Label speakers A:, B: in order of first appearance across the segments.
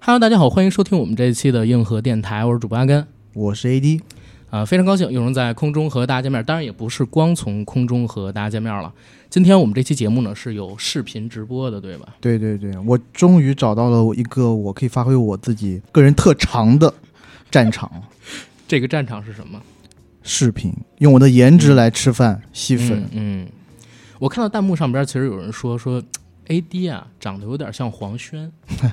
A: Hello，大家好，欢迎收听我们这一期的硬核电台，我是主播阿根。
B: 我是 AD，
A: 啊、非常高兴又能在空中和大家见面，当然也不是光从空中和大家见面了。今天我们这期节目呢是有视频直播的，对吧？
B: 对对对，我终于找到了我一个我可以发挥我自己个人特长的战场。
A: 这个战场是什么？
B: 视频用我的颜值来吃饭、吸粉，
A: 嗯。嗯，我看到弹幕上边其实有人说说 AD 啊长得有点像黄轩，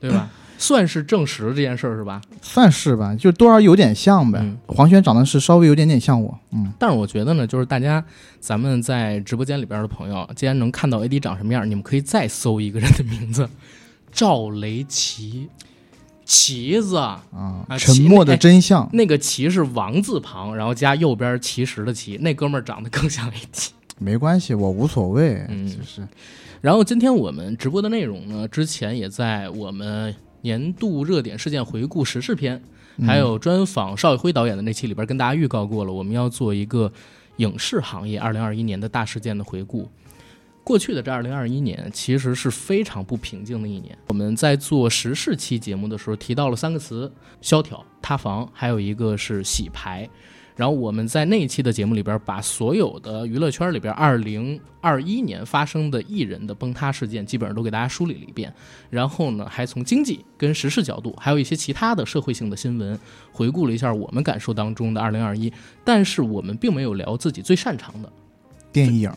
A: 对吧？算是证实这件事儿是吧？
B: 算是吧，就多少有点像呗。
A: 嗯
B: 黄轩长得是稍微有点点像我，嗯，
A: 但是我觉得呢，就是大家咱们在直播间里边的朋友，既然能看到 AD 长什么样，你们可以再搜一个人的名字，赵雷奇，旗子
B: 啊，
A: 啊
B: 沉
A: 其嗯
B: 默的真相，
A: 那个旗是王字旁，然后加右边奇石的奇，那哥们儿长得更像 AD。
B: 没关系，我无所谓，
A: 嗯
B: 就是
A: 然后今天我们直播的内容呢，之前也在我们年度热点事件回顾时事篇，还有专访邵艺辉导演的那期里边跟大家预告过了，我们要做一个影视行业二零二一年的大事件的回顾。过去的这二零二一年其实是非常不平静的一年。我们在做时事期节目的时候提到了三个词：萧条、塌房，还有一个是洗牌。然后我们在那一期的节目里边，把所有的娱乐圈里边二零二一年发生的艺人的崩塌事件，基本上都给大家梳理了一遍。然后呢，还从经济跟时事角度，还有一些其他的社会性的新闻，回顾了一下我们感受当中的二零二一。但是我们并没有聊自己最擅长的
B: 电影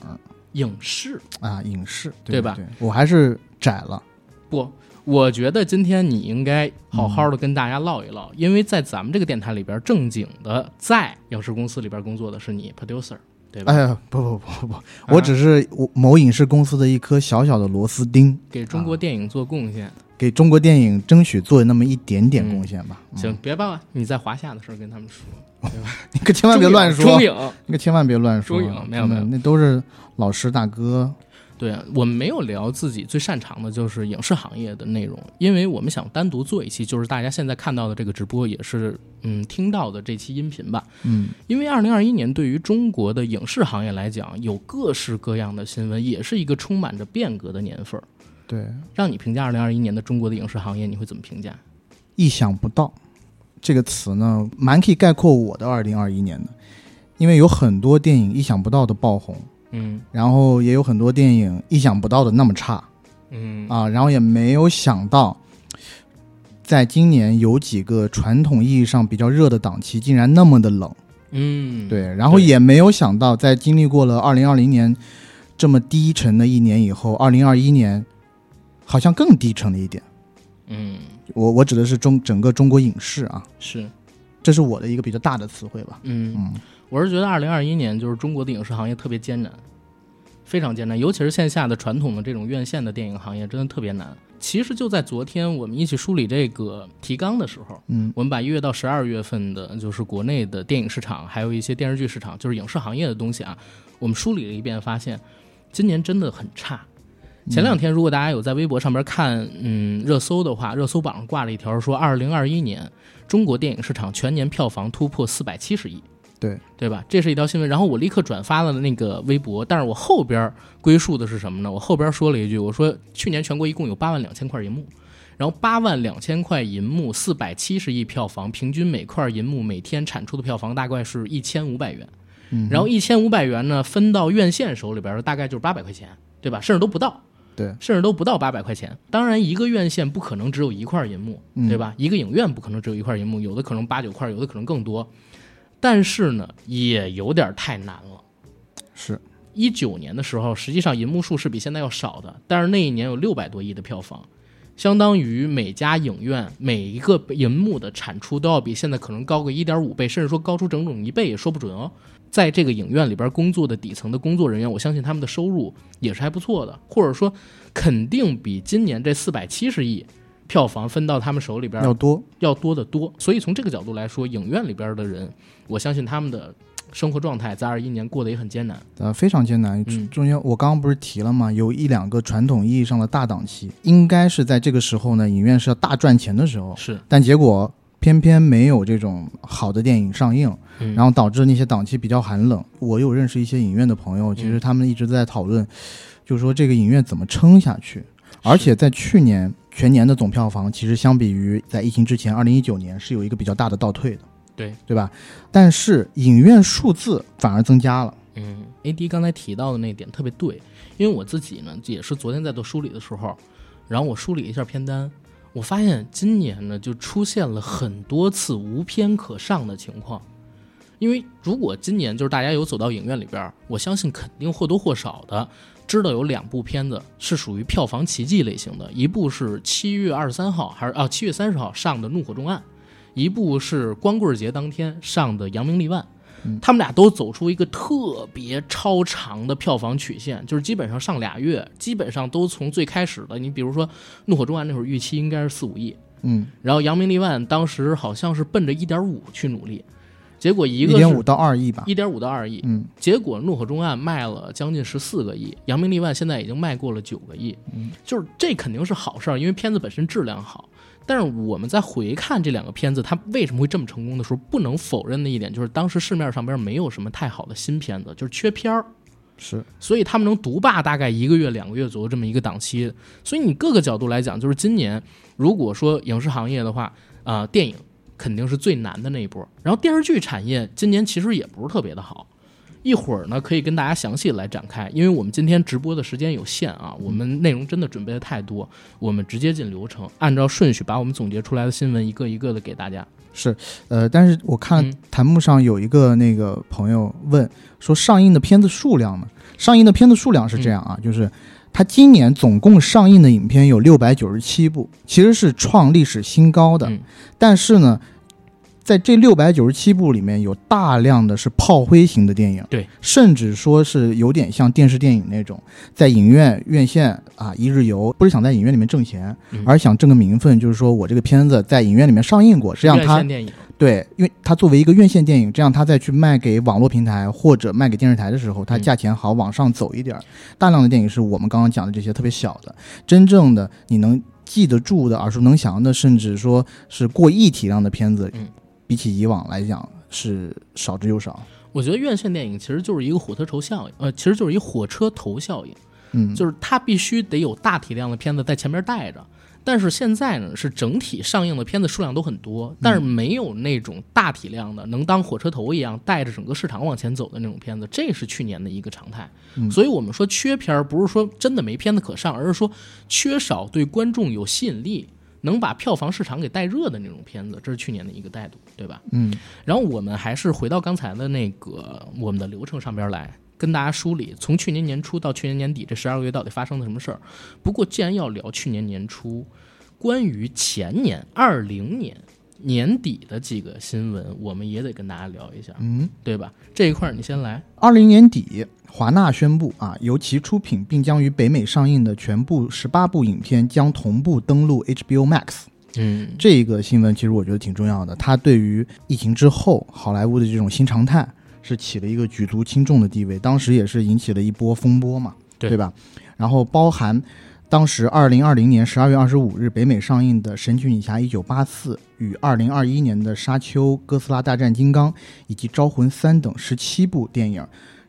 A: 影视。
B: 啊，影视，
A: 对
B: 对
A: 吧
B: 对，我还是窄了，
A: 不，我觉得今天你应该好好的跟大家唠一唠，因为在咱们这个电台里边，正经的在影视公司里边工作的是你 producer，对吧？
B: 哎呀，不不不不，我只是我某影视公司的一颗小小的螺丝钉。
A: 给中国电影做贡献。
B: 给中国电影争取做那么一点点贡献吧。嗯
A: 行，别把你在华夏的事儿跟他们说，
B: 你可千万别乱说
A: 中，影，
B: 你可千万别乱说。
A: 中影没有
B: 真
A: 没
B: 的
A: 有
B: 那都是老师大哥。
A: 对我们没有聊自己最擅长的就是影视行业的内容，因为我们想单独做一期，就是大家现在看到的这个直播，也是嗯听到的这期音频吧。
B: 嗯，
A: 因为二零二一年对于中国的影视行业来讲，有各式各样的新闻，也是一个充满着变革的年份儿。
B: 对，
A: 让你评价二零二一年的中国的影视行业，你会怎么评价？
B: 意想不到这个词呢，蛮可以概括我的二零二一年的，因为有很多电影意想不到的爆红，
A: 嗯
B: 然后也有很多电影意想不到的那么差
A: 嗯
B: 啊，然后也没有想到。在今年有几个传统意义上比较热的档期，竟然那么的冷，
A: 嗯，
B: 对，然后也没有想到，在经历过了二零二零年这么低沉的一年以后，二零二一年好像更低沉了一点。
A: 嗯
B: 我我指的是中整个中国影视啊，
A: 是
B: 这是我的一个比较大的词汇吧。
A: 嗯
B: 嗯，
A: 我是觉得二零二一年就是中国的影视行业特别艰难，非常艰难，尤其是线下的传统的这种院线的电影行业，真的特别难。其实就在昨天，我们一起梳理这个提纲的时候，
B: 嗯，
A: 我们把一月到十二月份的，就是国内的电影市场，还有一些电视剧市场，就是影视行业的东西啊，我们梳理了一遍，发现今年真的很差。
B: 嗯
A: 前两天，如果大家有在微博上边看，嗯，热搜的话，热搜榜上挂了一条说，二零二一年中国电影市场全年票房突破四百七十亿。
B: 对
A: 对吧？这是一条新闻，然后我立刻转发了那个微博，但是我后边儿归属的是什么呢？我后边儿说了一句，我说去年全国一共有八万两千块银幕，然后八万两千块银幕，四百七十亿票房，平均每块银幕每天产出的票房大概是一千五百元，
B: 嗯
A: 然后一千五百元呢分到院线手里边儿大概就是八百块钱，对吧？甚至都不到，
B: 对，
A: 甚至都不到八百块钱。当然，一个院线不可能只有一块银幕，
B: 嗯
A: 对吧？一个影院不可能只有一块银幕，有的可能八九块，有的可能更多。但是呢，也有点太难了。
B: 是
A: 一九年的时候，实际上银幕数是比现在要少的，但是那一年有六百多亿的票房，相当于每家影院每一个银幕的产出都要比现在可能高个一点五倍，甚至说高出整整一倍也说不准哦。在这个影院里边工作的底层的工作人员，我相信他们的收入也是还不错的，或者说肯定比今年这四百七十亿票房分到他们手里边
B: 要多。
A: 要多得多。所以从这个角度来说，影院里边的人，我相信他们的嘖生活状态在二一年过得也很艰难。
B: 呃，非常艰难。
A: 嗯
B: 中间我刚刚不是提了吗？有一两个传统意义上的大档期，应该是在这个时候呢，影院是要大赚钱的时候，
A: 是，
B: 但结果偏偏没有这种好的电影上映，
A: 嗯
B: 然后导致那些档期比较寒冷。我有
A: 嗯
B: 认识一些影院的朋友，其实他们一直在讨论，就是说这个影院怎么撑下去。而且在去年全年的总票房，其实相比于在疫情之前，二零一九年是有一个比较大的倒退的，
A: 对
B: 对吧？但是影院数字反而增加了，
A: 嗯，AD 刚才提到的那点特别对，因为我自己呢也是昨天在做梳理的时候，然后我梳理一下片单，我发现今年呢就出现了很多次无片可上的情况。因为如果今年就是大家有走到影院里边儿，我相信肯定或多或少的知道有两部片子是属于票房奇迹类型的，一部是七月二十三号还是啊七月三十号上的《怒火重案》，一部是光棍节当天上的《扬名立万》。他们俩都走出一个特别超长的票房曲线，就是基本上上俩月，基本上都从最开始的，你比如说《怒火重案》那会儿预期应该是四五亿，
B: 嗯，
A: 然后《扬名立万》当时好像是奔着一点五去努力，结果一
B: 一
A: 个
B: 点五到啊二亿吧，
A: 一点五到二亿，
B: 嗯，
A: 结果《怒火重案》卖了将近十四个亿，《扬名立万》现在已经卖过了九个亿，就是这肯定是好事儿，因为片子本身质量好。但是我们在回看这两个片子，它为什么会这么成功的时候，不能否认的一点就是，当时市面上边没有什么太好的新片子，就是缺片儿，
B: 是
A: 所以他们能独霸大概一个月、两个月左右这么一个档期。所以你各个角度来讲，就是今年如果说影视行业的话，啊、电影肯定是最难的那一波。然后电视剧产业今年其实也不是特别的好。一会儿呢，可以跟大家详细来展开，因为我们今天直播的时间有限啊，我们内容真的准备的太多，我们直接进流程，按照顺序把我们总结出来的新闻一个一个的给大家。
B: 是，呃，但是我看
A: 嗯
B: 弹幕上有一个那个朋友问说，上映的片子数量呢？上映的片子数量是这样啊，
A: 嗯
B: 就是它今年总共上映的影片有六百九十七部，其实是创历史新高的。
A: 嗯
B: 但是呢，在这六百九十七部里面，有大量的是炮灰型的电影，
A: 对，
B: 甚至说是有点像电视电影那种，在影院院线啊一日游，不是想在影院里面挣钱，
A: 嗯
B: 而想挣个名分，就是说我这个片子在影院里面上映过，这样
A: 院
B: 它
A: 线电影，
B: 对，因为它作为一个院线电影，这样它再去卖给网络平台或者卖给电视台的时候，它
A: 嗯
B: 价钱好往上走一点儿。大量的电影是我们刚刚讲的这些特别小的，真正的你能记得住的、耳熟能详的，甚至说是过亿体量的片子，
A: 嗯
B: 比起以往来讲是少之又少。
A: 我觉得院线电影其实就是一个火车头效应，呃，其实就是一火车头效应。
B: 嗯，
A: 就是它必须得有大体量的片子在前面带着。但是现在呢，是整体上映的片子数量都很多，但是没有那种大体量的能当火车头一样带着整个市场往前走的那种片子，这是去年的一个常态。所以我们说缺片儿，不是说真的没片子可上，而是说缺少对观众有吸引力。能把票房市场给带热的那种片子，这是去年的一个态度，对吧？
B: 嗯，
A: 然后我们还是回到刚才的那个我们的流程上边来，跟大家梳理从去年年初到去年年底这十二个月到底发生了什么事儿。不过既然要聊去年年初，关于前年二零年年底的几个新闻，我们也得跟大家聊一下，
B: 嗯，
A: 对吧？这一块儿你先来，
B: 二零年底，华纳宣布啊，由其出品并将于北美上映的全部十八部影片将同步登陆 HBO Max。
A: 嗯
B: 这个新闻其实我觉得挺重要的，它对于疫情之后好莱坞的这种新常态是起了一个举足轻重的地位，当时也是引起了一波风波嘛，
A: 对
B: 吧？然后包含当时二零二零年十二月二十五日北美上映的《神奇女侠一九八四》与二零二一年的《沙丘》《哥斯拉大战金刚》以及《招魂三》等十七部电影。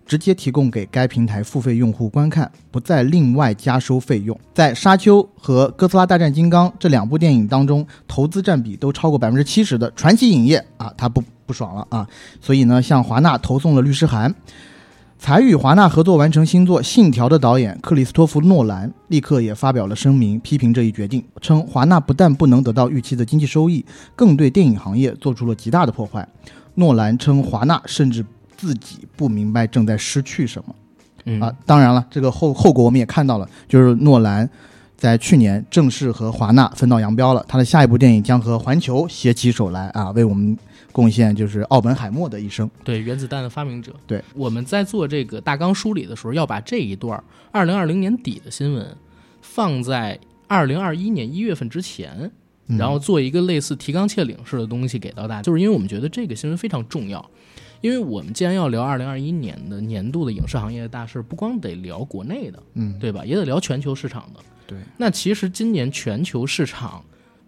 B: 直接提供给该平台付费用户观看，不再另外加收费用。在《沙丘》和《哥斯拉大战金刚》这两部电影当中，投资占比都超过百分之七十的传奇影业啊，他不不爽了啊，所以呢，向华纳投送了律师函。才与华纳合作完成新作《信条》的导演克里斯托弗·诺兰立刻也发表了声明，批评这一决定，称华纳不但不能得到预期的经济收益，更对电影行业做出了极大的破坏。诺兰称华纳甚至自己不明白正在失去什么
A: 嗯
B: 啊！当然了，这个后后果我们也看到了，就是诺兰在去年正式和华纳分道扬镳了，他的下一部电影将和环球携起手来啊，为我们贡献就是奥本海默的一生。
A: 对，原子弹的发明者。
B: 对，
A: 我们在做这个大纲梳理的时候，要把这一段二零二零年底的新闻放在二零二一年一月份之前，
B: 嗯
A: 然后做一个类似提纲挈领式的东西给到大家，就是因为我们觉得这个新闻非常重要。因为我们既然要聊二零二一年的年度的影视行业的大事，不光得聊国内的，
B: 嗯，
A: 对吧？也得聊全球市场的。
B: 对，
A: 那其实今年全球市场，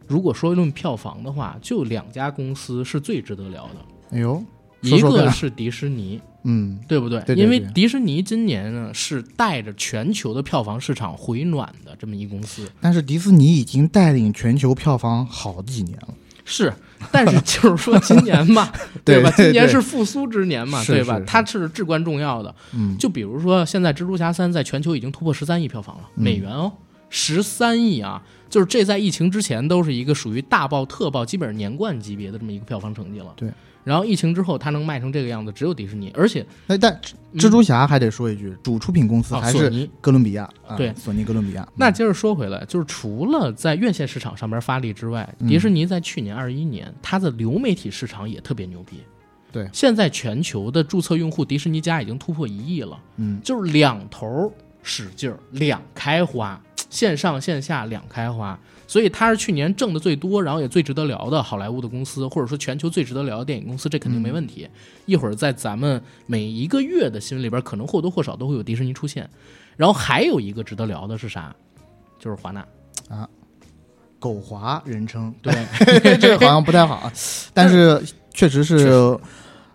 A: 如果说论票房的话，就两家公司是最值得聊的，
B: 哎呦，说
A: 一
B: 说
A: 个
B: 看，
A: 是迪士尼，
B: 嗯，
A: 对不对？
B: 对对对
A: 因为迪士尼今年呢是带着全球的票房市场回暖的这么一公司，
B: 但是迪士尼已经带领全球票房好几年了，
A: 是，但是就是说今年 嘛，
B: 对
A: 吧？
B: 对
A: 今年
B: 对
A: 是复苏之年嘛，
B: 是
A: 对吧
B: 是是？
A: 它是至关重要的。
B: 嗯，
A: 就比如说现在《蜘蛛侠三》在全球已经突破十三亿票房了，
B: 嗯
A: 美元哦，十三亿啊！就是这在疫情之前都是一个属于大爆特爆，基本上年冠级别的这么一个票房成绩了。
B: 对。
A: 然后疫情之后，它能卖成这个样子，只有迪士尼，而且
B: 那但蜘
A: 嗯
B: 蜘蛛侠还得说一句，主出品公司
A: 啊
B: 还
A: 索
B: 哦是
A: 尼
B: 哥伦比亚，啊
A: 对
B: 索尼哥伦比亚。
A: 那接着说回来，就是除了在院线市场上边发力之外，
B: 嗯
A: 迪士尼在去年二一年，它的流媒体市场也特别牛逼。
B: 对
A: 现在全球的注册用户，迪士尼家已经突破一亿了，
B: 嗯，
A: 就是两头使劲儿，两开花，线上线下两开花，所以它是去年挣的最多，然后也最值得聊的好莱坞的公司，或者说全球最值得聊的电影公司，这肯定没问
B: 嗯
A: 题。一会儿在咱们每一个月的新闻里边，可能或多或少都会有迪士尼出现。然后还有一个值得聊的是啥？就是华纳，
B: 狗华人称，
A: 对，
B: 这个好像不太好，啊但是确实
A: 确
B: 是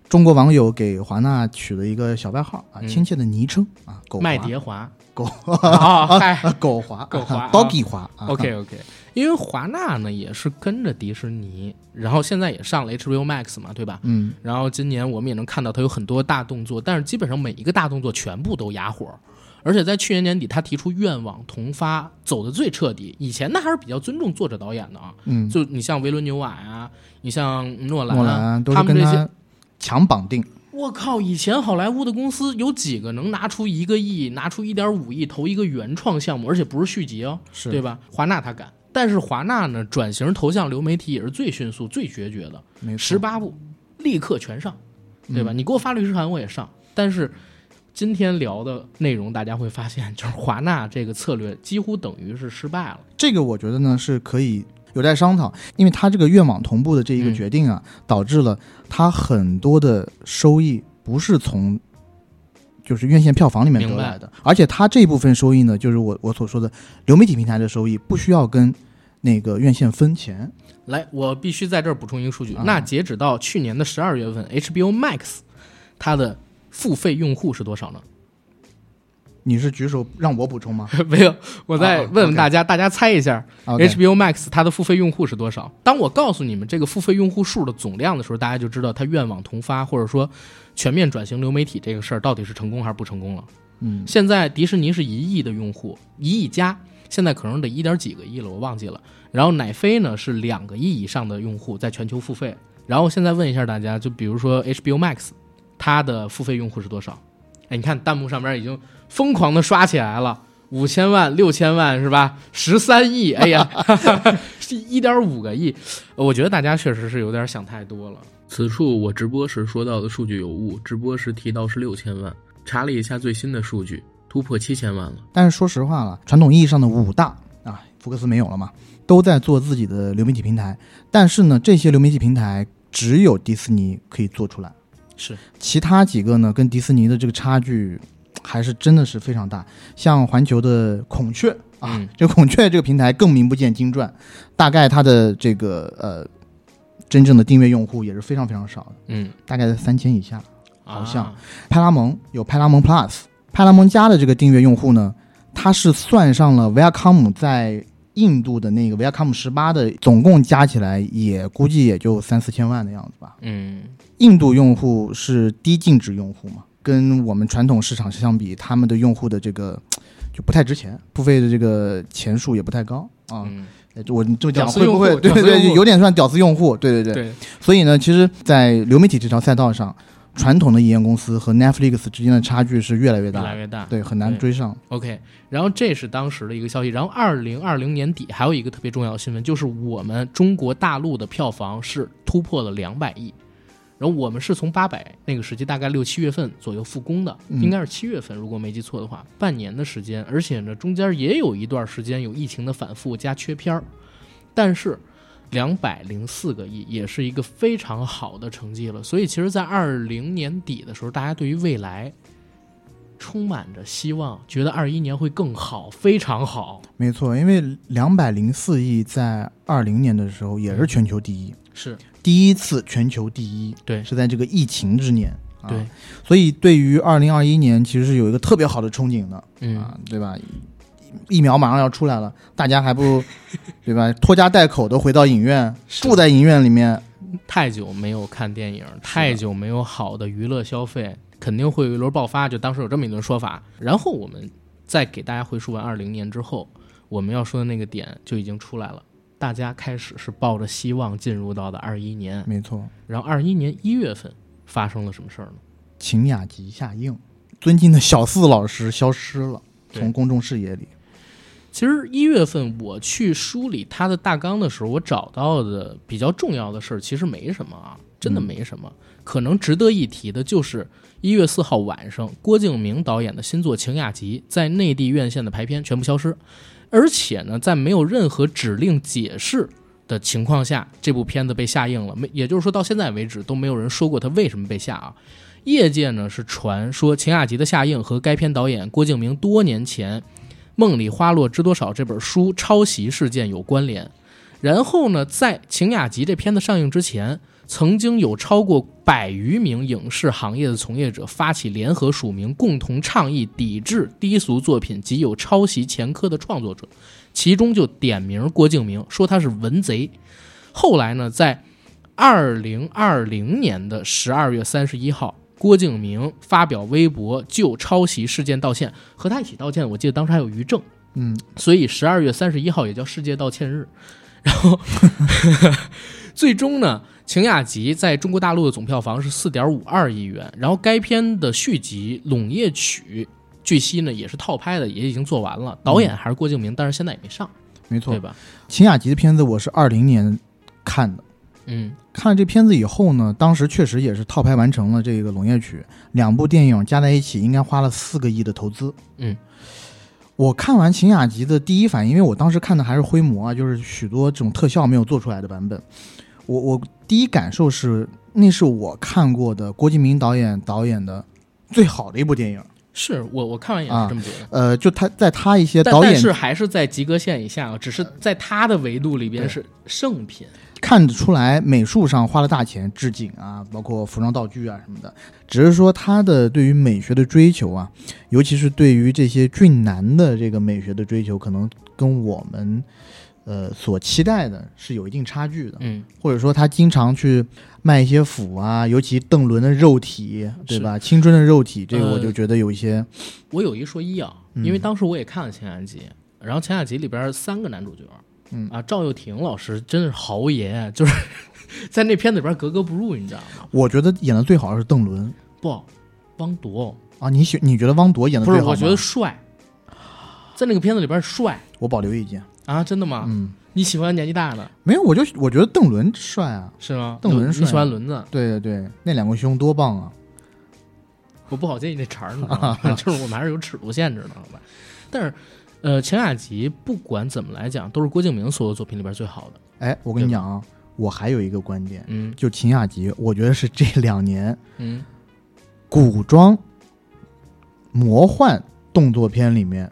B: 中国网友给华纳取了一个小外号啊，
A: 嗯
B: 亲切的昵称啊，狗华
A: 麦蝶华，
B: 狗
A: 啊，嗨
B: 啊，狗华
A: 狗 华啊
B: doggy 华啊
A: ，OK OK，因为华纳呢也是跟着迪士尼，然后现在也上了 HBO Max 嘛，对吧？
B: 嗯，
A: 然后今年我们也能看到它有很多大动作，但是基本上每一个大动作全部都哑火儿。而且在去年年底，他提出愿望同发，走的最彻底。以前呢还是比较尊重作者导演的啊，
B: 嗯
A: 就你像维伦纽瓦啊，你像诺兰啊，
B: 诺兰都
A: 他
B: 是
A: 们
B: 跟
A: 这些，
B: 他强绑定，
A: 我靠！以前好莱坞的公司有几个能拿出一个亿、拿出一点五亿投一个原创项目，而且不是续集哦，
B: 是
A: 对吧？华纳他敢，但是华纳呢转型投向流媒体也是最迅速、最决绝的，
B: 没错嗯
A: 十八部立刻全上，对吧？你给我发律师函我也上。但是今天聊的内容，大家会发现，就是华纳这个策略几乎等于是失败了。
B: 这个我觉得呢是可以有待商讨，因为它这个愿网同步的这一个
A: 嗯
B: 决定啊，导致了它很多的收益不是从就是院线票房里面得
A: 明白
B: 来的，而且它这部分收益呢，就是我我所说的流媒体平台的收益，不需要跟那个院线分钱。
A: 来，我必须在这儿补充一个数据。
B: 啊
A: 那截止到去年的十二月份，HBO Max 它的付费用户是多少呢？
B: 你是举手让我补充吗
A: 没有，我再
B: 啊
A: 问问
B: OK
A: 大家，大家猜一下
B: ？OK，
A: HBO Max 它的付费用户是多少？当我告诉你们这个付费用户数的总量的时候，大家就知道它愿网同发或者说全面转型流媒体这个事儿到底是成功还是不成功了。
B: 嗯，
A: 现在迪士尼是一亿的用户，一亿加，现在可能得一点几个亿了，我忘记了。然后奶飞呢是两个亿以上的用户在全球付费。然后现在问一下大家，就比如说 HBO Max，它的付费用户是多少？哎，你看弹幕上面已经疯狂的刷起来了。五千万、六千万是吧？十三亿，哎呀， 是一点五个亿。我觉得大家确实是有点想太多了。此处我直播时说到的数据有误，直播时提到是六千万，查了一下最新的数据，突破七千万了。
B: 但是说实话了，传统意义上的五大啊，福克斯没有了嘛，都在做自己的流媒体平台，但是呢，这些流媒体平台只有迪士尼可以做出来。
A: 是，
B: 其他几个呢，跟迪士尼的这个差距还是真的是非常大。像环球的孔雀 啊，
A: 嗯
B: 这孔雀这个平台更名不见经传，大概它的这个呃真正的订阅用户也是非常非常少的，
A: 嗯，
B: 大概在三千以下。
A: 啊
B: 好像派拉蒙有派拉蒙 Plus，派拉蒙加的这个订阅用户呢，它是算上了 Viacom 在印度的那个 Viacom 十八的，总共加起来也估计也就三四千万的样子吧。
A: 嗯，
B: 印度用户是低净值用户嘛，跟我们传统市场相比，他们的用户的这个就不太值钱，付费的这个钱数也不太高啊。
A: 嗯，
B: 呃我这么
A: 屌
B: 讲
A: 丝
B: 会不会
A: 用户
B: 对
A: 屌丝
B: 对
A: 用
B: 对，
A: 户
B: 有点算屌丝用户？对对对。
A: 对，
B: 所以呢，其实，在流媒体这条赛道上，传统的影业公司和 Netflix 之间的差距是越来越
A: 越
B: 大，
A: 来越大。
B: 对，很难
A: 对
B: 追上。
A: OK，然后这是当时的一个消息。然后二零二零年底还有一个特别重要的新闻，就是我们中国大陆的票房是突破了两百亿。然后我们是从八百那个时期，大概六七月份左右复工的，
B: 嗯
A: 应该是七月份，如果没记错的话，半年的时间。而且呢，中间也有一段时间有疫情的反复加缺片儿，但是两百零四个亿也是一个非常好的成绩了。所以其实，在二零年底的时候，大家对于未来充满着希望，觉得二一年会更好，非常好。
B: 没错，因为两百零四亿在二零年的时候也是全球第一，
A: 是，
B: 第一次全球第一，
A: 对
B: 是在这个疫情之年。啊
A: 对，
B: 所以对于二零二一年其实是有一个特别好的憧憬的，
A: 嗯，
B: 啊，对吧？疫苗马上要出来了，大家还不 对吧？拖家带口的回到影院，
A: 是
B: 住在影院里面，
A: 太久没有看电影，太久没有好的娱乐消费，肯定会有一轮爆发。就当时有这么一轮说法，然后我们再给大家回述完二零年之后，我们要说的那个点就已经出来了。大家开始是抱着希望进入到的二一年，
B: 没错。
A: 然后二一年一月份发生了什么事儿呢？
B: 秦雅集下映，尊敬的小四老师消失了，
A: 对
B: 从公众视野里。
A: 其实一月份我去梳理它的大纲的时候，我找到的比较重要的事儿其实没什么啊，真的没什么。可能值得一提的就是一月四号晚上，郭敬明导演的新作《晴雅集》在内地院线的排片全部消失，而且呢，在没有任何指令解释。的情况下，这部片子被下映了，没，也就是说到现在为止都没有人说过它为什么被下啊。业界呢是传说《晴雅集》的下映和该片导演郭敬明多年前《梦里花落知多少》这本书抄袭事件有关联。然后呢，在《晴雅集》这片子上映之前，曾经有超过百余名影视行业的从业者发起联合署名，共同倡议抵制低俗作品及有抄袭前科的创作者，其中就点名郭敬明，说他是文贼。后来呢，在二零二零年的十二月三十一号，郭敬明发表微博就抄袭事件道歉，和他一起道歉。我记得当时还有于正，
B: 嗯，
A: 所以十二月三十一号也叫世界道歉日。然后， 最终呢，《晴雅集》在中国大陆的总票房是四点五二亿元，然后该片的续集《陇夜曲》据悉呢也是套拍的，也已经做完了，导演还是郭敬明，但是现在也没上，
B: 没错
A: 对。吧？
B: 秦雅集的片子我是二零年看的，
A: 嗯，
B: 看了这片子以后呢，当时确实也是套拍完成了这个《龙夜曲》，两部电影加在一起应该花了四个亿的投资。
A: 嗯，
B: 我看完秦雅集的第一反应，因为我当时看的还是灰模啊，就是许多这种特效没有做出来的版本。我我第一感受是，那是我看过的郭敬明导演导演的最好的一部电影。
A: 是我我看完也
B: 啊
A: 是这么觉得。
B: 呃，就他在他一些
A: 但
B: 导
A: 但
B: 演呃
A: 是还是在及格线以下，啊只是在他的维度里边是圣品。啊
B: 看得出来，美术上花了大钱，置景啊，包括服装道具啊什么的。只是说他的对于美学的追求啊，尤其是对于这些俊男的这个美学的追求，可能跟我们呃所期待的是有一定差距的。
A: 嗯，
B: 或者说他经常去卖一些腐啊，尤其邓伦的肉体，对吧？青春的肉体，这个
A: 呃
B: 我就觉得有一些，
A: 我有一说一啊，
B: 嗯
A: 因为当时我也看了前两集，然后前两集里边三个男主角，
B: 嗯
A: 啊，赵又廷老师真是豪爷，啊就是 在那片子里边格格不入，你知道吗？
B: 我觉得演的最好的是邓伦
A: 不，汪铎
B: 啊。你喜你觉得汪铎演的
A: 不
B: 嗯最
A: 是，
B: 好
A: 我
B: 吗？
A: 觉得帅，在那个片子里边帅
B: 我保留意见。
A: 啊，真的吗？
B: 嗯，
A: 你喜欢年纪大的
B: 没有，我就我觉得邓伦帅啊。
A: 是吗？
B: 邓伦帅
A: 你喜欢轮子，
B: 对对对，那两个胸多棒啊！
A: 我不好建议这茬儿， 你知道吗？就是我们还是有尺度限制的，好吧？但是，呃，前雅集不管怎么来讲，都是郭敬明所有作品里边最好的。
B: 哎，我跟你讲啊，我还有一个观点，
A: 嗯
B: 就秦雅集，我觉得是这两年
A: 嗯，
B: 古装魔幻动作片里面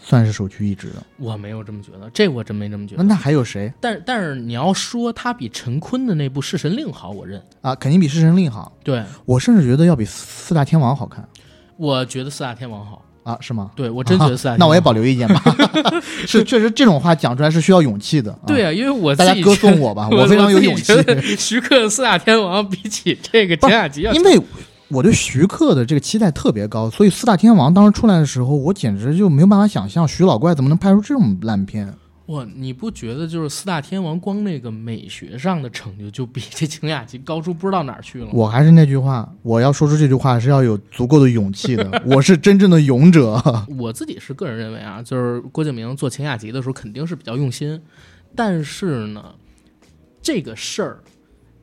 B: 算是首屈一指的。
A: 我没有这么觉得，这我真没这么觉
B: 那
A: 得。
B: 那还有谁
A: 但但是你要说他比陈坤的那部《侍神令》好，我认。
B: 啊？肯定比《侍神令》好，
A: 对，
B: 我甚至觉得要比《四大天王》好看
A: 我觉得四大天王好。
B: 啊？是吗？
A: 对我真觉得 四大天王好、
B: 那我也保留意 见吧。是，确实这种话讲出来是需要勇气的。啊、
A: 对啊，因为我自
B: 大
A: 己
B: 家歌
A: 觉得
B: 颂我吧，我非常有勇气
A: 我。自己觉得徐克的四大天王比起这个前雅集要
B: 因为我对徐克的这个期待特别高，所以四大天王当时出来的时候，我简直就没有办法想象徐老怪怎么能拍出这种烂片。
A: 哇，你不觉得就是四大天王光那个美学上的成就就比这 晴雅集高出不知道哪儿去了？
B: 我还是那句话，我要说出这句话是要有足够的勇气的，我是真正的勇者。
A: 我自己是个人认为啊，就是郭敬明做晴雅集的时候肯定是比较用心，但是呢，这个事儿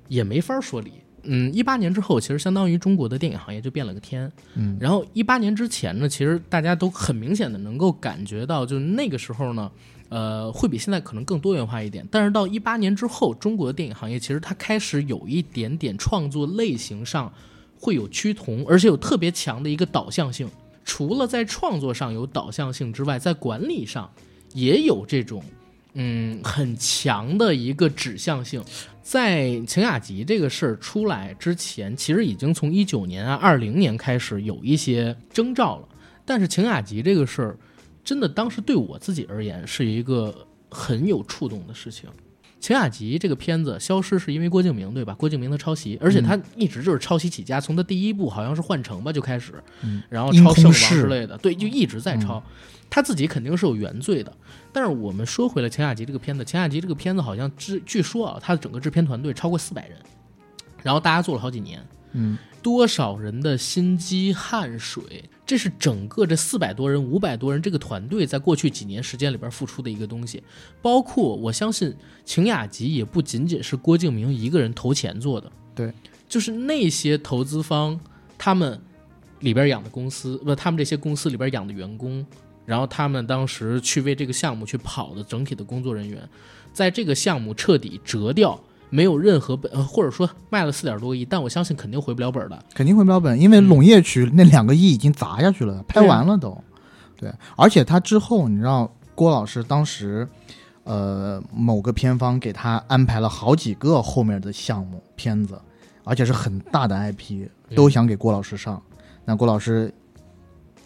A: 也没法说理。嗯，一八年之后，其实相当于中国的电影行业就变了个天。
B: 嗯，
A: 然后一八年之前呢，其实大家都很明显的能够感觉到，就是那个时候呢，呃，会比现在可能更多元化一点。但是到一八年之后，中国的电影行业其实它开始有一点点创作类型上会有趋同，而且有特别强的一个导向性。除了在创作上有导向性之外，在管理上也有这种嗯很强的一个指向性。在秦雅集这个事儿出来之前，其实已经从一九年啊、二零年开始有一些征兆了。但是秦雅集这个事儿，真的当时对我自己而言是一个很有触动的事情。秦雅集这个片子消失是因为郭敬明，对吧？郭敬明他抄袭，而且他
B: 嗯
A: 一直就是抄袭起家，从他第一部好像是《幻城》吧就开始，
B: 嗯
A: 然后抄《圣
B: 阴
A: 王
B: 空》嗯式
A: 之类的，对，就一直在抄。他自己肯定是有原罪的，但是我们说回来，秦雅集这个片子，秦雅集这个片子好像制，据说啊，他的整个制片团队超过四百人，然后大家做了好几年，
B: 嗯，
A: 多少人的心机汗水，这是整个这四百多人、五百多人这个团队在过去几年时间里边付出的一个东西。包括我相信秦雅集也不仅仅是郭敬明一个人投钱做的，
B: 对，
A: 就是那些投资方他们里边养的公司，不，他们这些公司里边养的员工。然后他们当时去为这个项目去跑的整体的工作人员，在这个项目彻底折掉，没有任何本，呃或者说卖了四点多个亿，但我相信肯定回不了本儿的。
B: 肯定回不了本，因为
A: 嗯啊
B: 陇夜曲那两个亿已经砸下去了，拍完了都。对，而且他之后，你知道郭老师当时，呃，某个片方给他安排了好几个后面的项目片子，而且是很大的 IP，
A: 嗯
B: 都想给郭老师上。那郭老师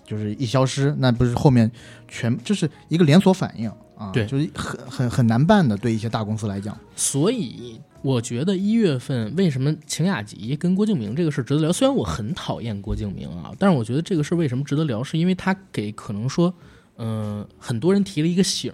B: 就是一消失，那不是后面全就是一个连锁反应啊，
A: 对
B: 就是很很很难办的，对一些大公司来讲，
A: 所以我觉得一月份为什么秦雅集跟郭敬明这个事儿值得聊？虽然我很讨厌郭敬明啊，但是我觉得这个事儿为什么值得聊，是因为他给可能说，嗯、很多人提了一个醒，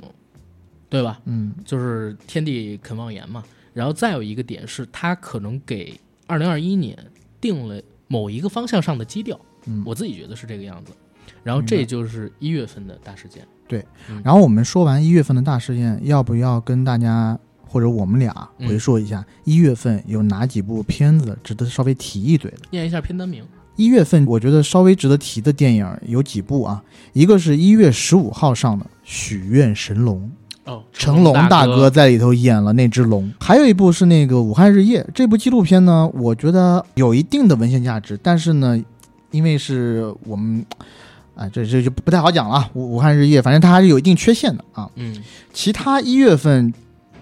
A: 对吧？
B: 嗯，
A: 就是天地肯忘言嘛。然后再有一个点是，他可能给二零二一年定了某一个方向上的基调，
B: 嗯
A: 我自己觉得是这个样子。然后
B: 明
A: 这
B: 白
A: 就是一月份的大事件，
B: 然后我们说完一月份的大事件，要不要跟大家或者我们俩
A: 嗯
B: 回溯一下一月份有哪几部片子值得稍微提一嘴的？
A: 念一下片单名。
B: 一月份我觉得稍微值得提的电影有几部啊？一个是一月十五号上的《许愿神龙》，
A: 哦，
B: 成龙大哥在里头演了那只龙，还有一部是那个《武汉日夜》这部纪录片呢，我觉得有一定的文献价值，但是呢，因为是我们，哎，这这就不太好讲了啊。武武汉日夜，反正它还是有一定缺陷的啊。
A: 嗯，
B: 其他一月份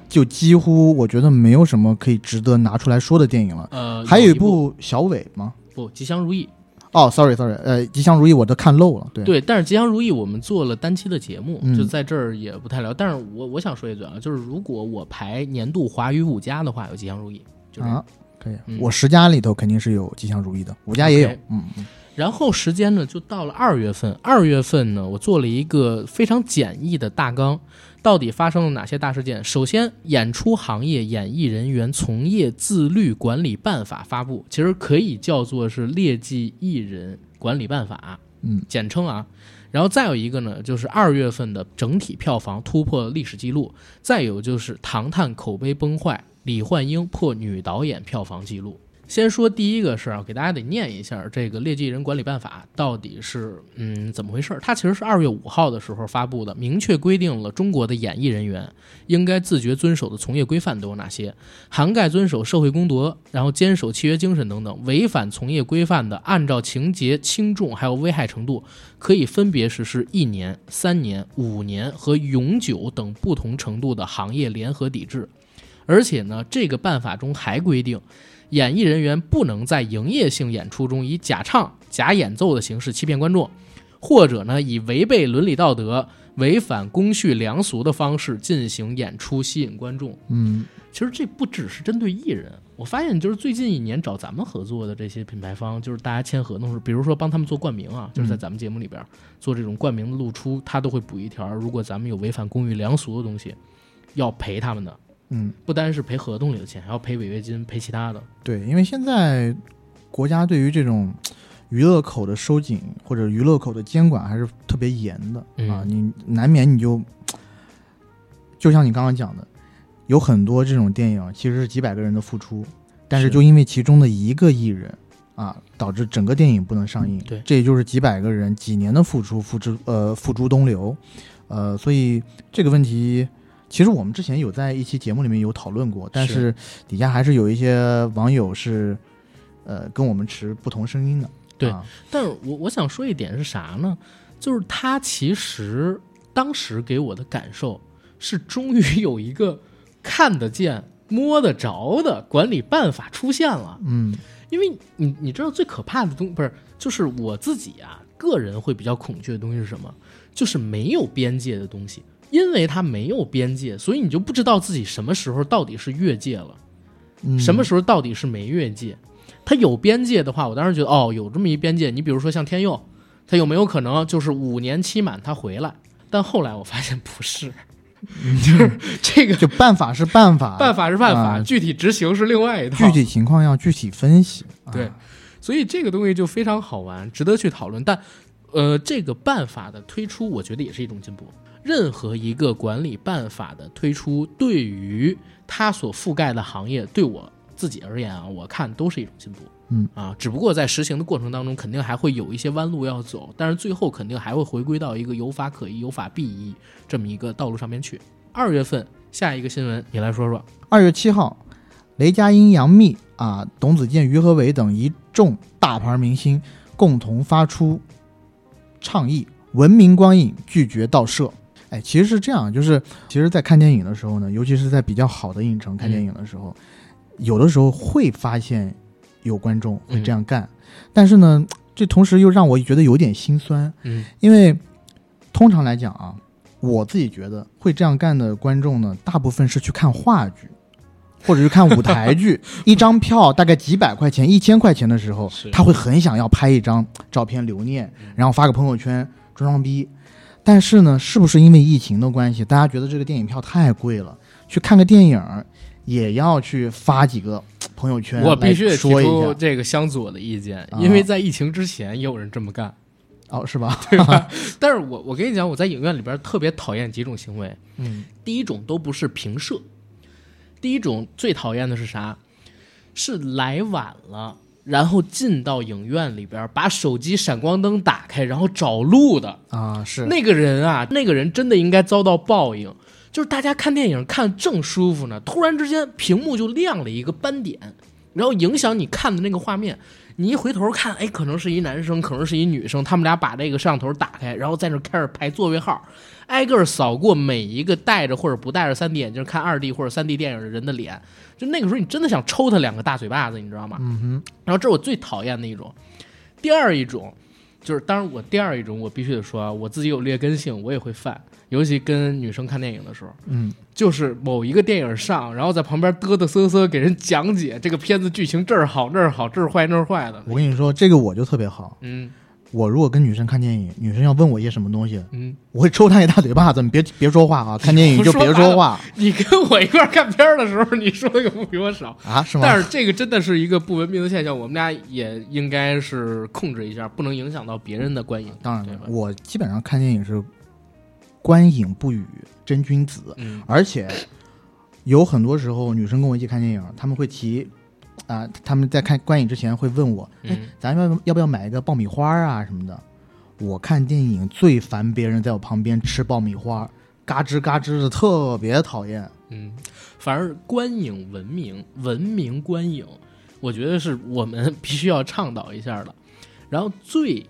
B: 就几乎我觉得没有什么可以值得拿出来说的电影了。
A: 呃，
B: 还有
A: 一
B: 一部小伟吗？
A: 不吉祥如意，
B: 哦，sorry sorry，呃，吉祥如意我都看漏了。对，
A: 对，但是吉祥如意我们做了单期的节目，
B: 嗯
A: 就在这儿也不太聊。但是我我想说一嘴啊，就是如果我排年度华语五佳的话，有吉祥如意，就是。
B: 啊，可以。
A: 嗯
B: 我十佳里头肯定是有吉祥如意的，五佳也有。
A: OK
B: 嗯嗯，
A: 然后时间呢就到了二月份，二月份呢我做了一个非常简易的大纲，到底发生了哪些大事件？首先，演出行业演艺人员从业自律管理办法发布，其实可以叫做是劣迹艺人管理办法，
B: 嗯，
A: 简称啊。然后再有一个呢，就是二月份的整体票房突破历史记录，再有就是《唐探》口碑崩坏，李焕英破女导演票房记录。先说第一个事儿啊，给大家得念一下这个《劣迹人管理办法》到底是嗯怎么回事儿。它其实是二月五号的时候发布的，明确规定了中国的演艺人员应该自觉遵守的从业规范都有哪些，涵盖遵守社会公德，然后坚守契约精神等等。违反从业规范的，按照情节轻重还有危害程度，可以分别实施一年、三年、五年和永久等不同程度的行业联合抵制。而且呢，这个办法中还规定。演艺人员不能在营业性演出中以假唱、假演奏的形式欺骗观众，或者呢以违背伦理道德、违反公序良俗的方式进行演出吸引观众。
B: 嗯，
A: 其实这不只是针对艺人，我发现就是最近一年找咱们合作的这些品牌方，就是大家签合同时，比如说帮他们做冠名啊，就是在咱们节目里边做这种冠名的露出，他都会补一条，如果咱们有违反公序良俗的东西，要赔他们的，
B: 嗯，
A: 不单是赔合同里的钱，还要赔违约金，赔其他的。
B: 对，因为现在国家对于这种娱乐口的收紧或者娱乐口的监管还是特别严的、
A: 嗯
B: 啊，你难免你就就像你刚刚讲的，有很多这种电影其实是几百个人的付出，但是
A: 是
B: 就因为其中的一个艺人。啊，导致整个电影不能上映，
A: 嗯对
B: 这也就是几百个人几年的付出，付之呃付诸东流，呃，所以这个问题，其实我们之前有在一期节目里面有讨论过，但
A: 是
B: 是底下还是有一些网友是，呃，跟我们持不同声音的。
A: 对
B: 啊
A: 但是我我想说一点是啥呢？就是他其实当时给我的感受是终于有一个看得见、摸得着的管理办法出现了。
B: 嗯
A: 因为你你知道最可怕的东不是就是我自己啊，个人会比较恐惧的东西是什么？就是没有边界的东西，因为它没有边界，所以你就不知道自己什么时候到底是越界了，
B: 嗯，
A: 什么时候到底是没越界。它有边界的话，我当时觉得哦，有这么一边界。你比如说像天佑，他有没有可能就是五年期满他回来？但后来我发现不是， 就是这个
B: 就办法是办法，
A: 办法是办法，
B: 啊
A: 具体执行是另外一套。
B: 具体情况要具体分析。啊
A: 对，所以这个东西就非常好玩，值得去讨论。但，呃，这个办法的推出，我觉得也是一种进步。任何一个管理办法的推出，对于它所覆盖的行业，对我自己而言啊，我看都是一种进步。
B: 嗯
A: 啊，只不过在实行的过程当中，肯定还会有一些弯路要走，但是最后肯定还会回归到一个有法可依、有法必依这么一个道路上面去。二月份下一个新闻，你来说说。
B: 二月七号，雷佳音、杨幂啊、董子健、于和伟等一众大牌明星共同发出倡议，文明观影，拒绝盗摄。哎，其实是这样，就是其实，在看电影的时候呢，尤其是在比较好的影城看电影的时候，有的时候会发现有观众会这样干，但是呢，这同时又让我觉得有点心酸，
A: 嗯
B: 因为通常来讲啊，我自己觉得会这样干的观众呢，大部分是去看话剧，或者是看舞台剧。 一张票大概几百块钱、一千块钱的时候
A: 是，嗯
B: 他会很想要拍一张照片留念，然后发个朋友圈装装逼。但是呢，是不是因为疫情的关系，大家觉得这个电影票太贵了，去看个电影儿也要去发几个朋友圈
A: 我
B: 来
A: 必须得提
B: 说一
A: 出
B: 下
A: 这个相左的意见，
B: 啊
A: 因为在疫情之前也有人这么干。
B: 哦，是吧？
A: 但是我我跟你讲，我在影院里边特别讨厌几种行为。
B: 嗯
A: 第一种都不是平射，第一种最讨厌的是啥？是来晚了，然后进到影院里边，把手机闪光灯打开，然后找路的
B: 啊，是
A: 那个人啊，那个人真的应该遭到报应。就是大家看电影看正舒服呢，突然之间屏幕就亮了一个斑点，然后影响你看的那个画面。你一回头看，哎，可能是一男生，可能是一女生，他们俩把这个摄像头打开，然后在那开始排座位号，挨个儿扫过每一个戴着或者不戴着 3D 眼镜看 2D 或者 3D 电影的人的脸。就那个时候，你真的想抽他两个大嘴巴子，你知道吗？
B: 嗯哼，
A: 然后这是我最讨厌的一种。第二一种就是，当然我第二一种我必须得说啊，我自己有劣根性，我也会犯，尤其跟女生看电影的时候，
B: 嗯，
A: 就是某一个电影上，然后在旁边嘚嘚瑟瑟给人讲解这个片子剧情这儿好那儿好这儿坏那儿坏的，
B: 我跟你说，这个我就特别好。
A: 嗯
B: 我如果跟女生看电影，女生要问我一些什么东西，
A: 嗯，
B: 我会抽她一大嘴巴子，你别别说话啊！看电影就别说话
A: 你跟我一块儿看片儿的时候，你说的又不比我少。
B: 啊，是吗？
A: 但是这个真的是一个不文明的现象，我们俩也应该是控制一下，不能影响到别人的观影。
B: 当然
A: 对
B: 了
A: 吧，？
B: 我基本上看电影是观影不语，真君子。
A: 嗯
B: 而且有很多时候，女生跟我一起看电影，她们会提啊、她们在看观影之前会问我，哎，
A: 嗯，
B: 咱们要不要不要买一个爆米花啊什么的？我看电影最烦别人在我旁边吃爆米花，嘎吱嘎吱的，特别讨厌。
A: 嗯，反而观影文明，文明观影，我觉得是我们必须要倡导一下的。然后最，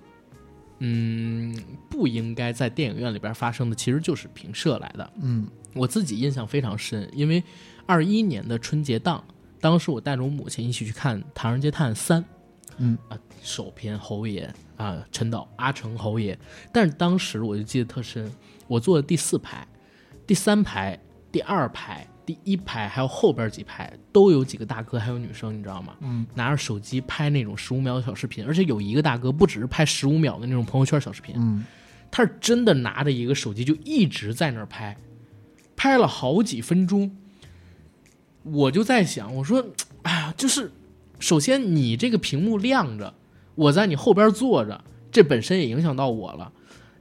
A: 嗯，不应该在电影院里边发生的，其实就是平射来的。
B: 嗯
A: 我自己印象非常深，因为二一年的春节档，当时我带着我母亲一起去看《唐人街探案三》。啊
B: 嗯
A: 首篇侯爷啊、陈导阿成侯爷，但是当时我就记得特深，我坐的第四排、第三排、第二排、第一排，还有后边几排都有几个大哥，还有女生，你知道吗？
B: 嗯，
A: 拿着手机拍那种十五秒的小视频，而且有一个大哥不只是拍十五秒的那种朋友圈小视频，
B: 嗯。
A: 他是真的拿着一个手机就一直在那儿拍，拍了好几分钟。我就在想，我说，哎呀，就是首先你这个屏幕亮着，我在你后边坐着，这本身也影响到我了。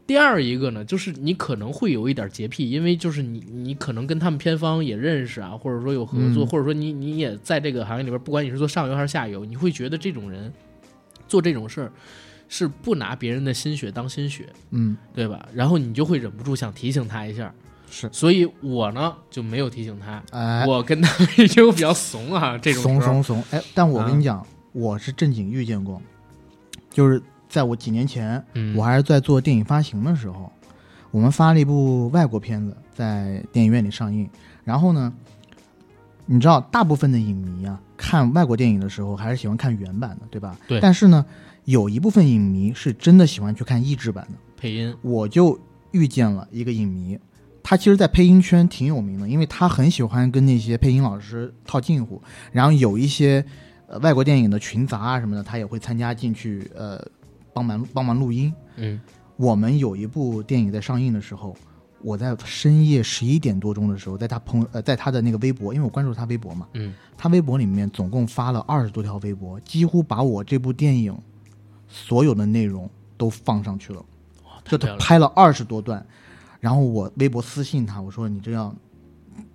A: 第二一个呢，就是你可能会有一点洁癖，因为就是你你可能跟他们片方也认识啊，或者说有合作，
B: 嗯
A: 或者说你你也在这个行业里边，不管你是做上游还是下游，你会觉得这种人做这种事儿是不拿别人的心血当心血，
B: 嗯
A: 对吧？然后你就会忍不住想提醒他一下，
B: 是
A: 所以我呢就没有提醒他，
B: 哎，
A: 我跟他们 因为我比较怂啊，这种
B: 怂
A: 时候，嗯
B: 怂怂，哎，但我跟你讲，我是正经遇见过，就是在我几年前，
A: 嗯，
B: 我还是在做电影发行的时候，我们发了一部外国片子在电影院里上映，然后呢，你知道大部分的影迷啊，看外国电影的时候还是喜欢看原版的，对吧？
A: 对
B: 但是呢，有一部分影迷是真的喜欢去看译制版的。
A: 配音，
B: 我就遇见了一个影迷，他其实，在配音圈挺有名的，因为他很喜欢跟那些配音老师套近乎，然后有一些呃外国电影的群杂啊什么的，他也会参加进去，呃，帮忙帮忙录音。
A: 嗯，
B: 我们有一部电影在上映的时候，我在深夜十一点多钟的时候，在他朋友呃，在他的那个微博，因为我关注他微博嘛，
A: 嗯，
B: 他微博里面总共发了二十多条微博，几乎把我这部电影所有的内容都放上去了，
A: 哇哦太漂
B: 就他
A: 亮了，
B: 拍了二十多段，然后我微博私信他，我说你这要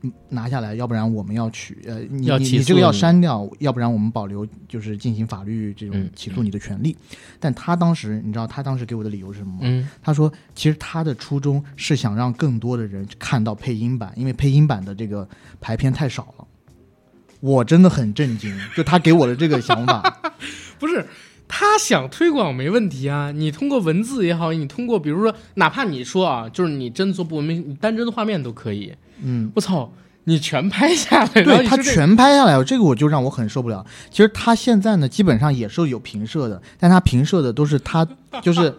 B: 嗯拿下来，要不然我们要取呃，你
A: 要
B: 你
A: 起
B: 你这个
A: 诉
B: 要
A: 你
B: 删掉，要不然我们保留就是进行法律这种
A: 嗯
B: 起诉你的权利。但他当时你知道他当时给我的理由是什么吗？
A: 嗯，
B: 他说，其实他的初衷是想让更多的人看到配音版，因为配音版的这个排片太少了。我真的很震惊，就他给我的这个 想法，
A: 不是。他想推广没问题啊，你通过文字也好，你通过比如说，哪怕你说啊，就是你真做不文明，你单帧的画面都可以。
B: 嗯，
A: 我操，你全拍下来，然后
B: 对
A: 你
B: 他
A: 说这
B: 全拍下来，这个我就让我很受不了。其实他现在呢，基本上也是有平射的，但他平射的都是他就是。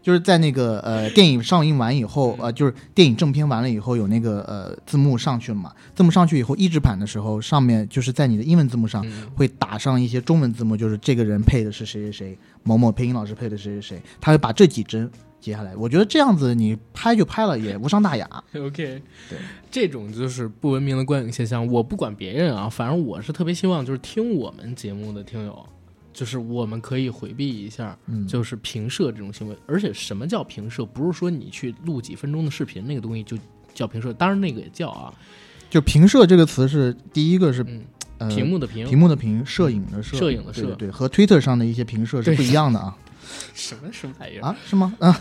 B: 就是在那个呃电影上映完以后，呃就是电影正片完了以后有那个呃字幕上去了嘛，字幕上去以后译制版的时候，上面就是在你的英文字幕上
A: 嗯
B: 会打上一些中文字幕，就是这个人配的是谁谁谁，某某配音老师配的谁谁谁，他会把这几帧截下来。我觉得这样子你拍就拍了，也无伤大雅。
A: OK，
B: 对，
A: 这种就是不文明的观影现象。我不管别人啊，反正我是特别希望，就是听我们节目的听友，就是我们可以回避一下，
B: 嗯
A: 就是平射这种行为。而且什么叫平射？不是说你去录几分钟的视频，那个东西就叫平射。当然那个也叫啊，
B: 就平射这个词是第一个是
A: 嗯，
B: 呃
A: 屏幕的屏，
B: 屏幕的屏，摄影的摄，
A: 摄影的摄
B: 对对对，和 Twitter 上的一些评射是不一样 的啊
A: 什么什么玩意儿？
B: 啊，是吗？啊，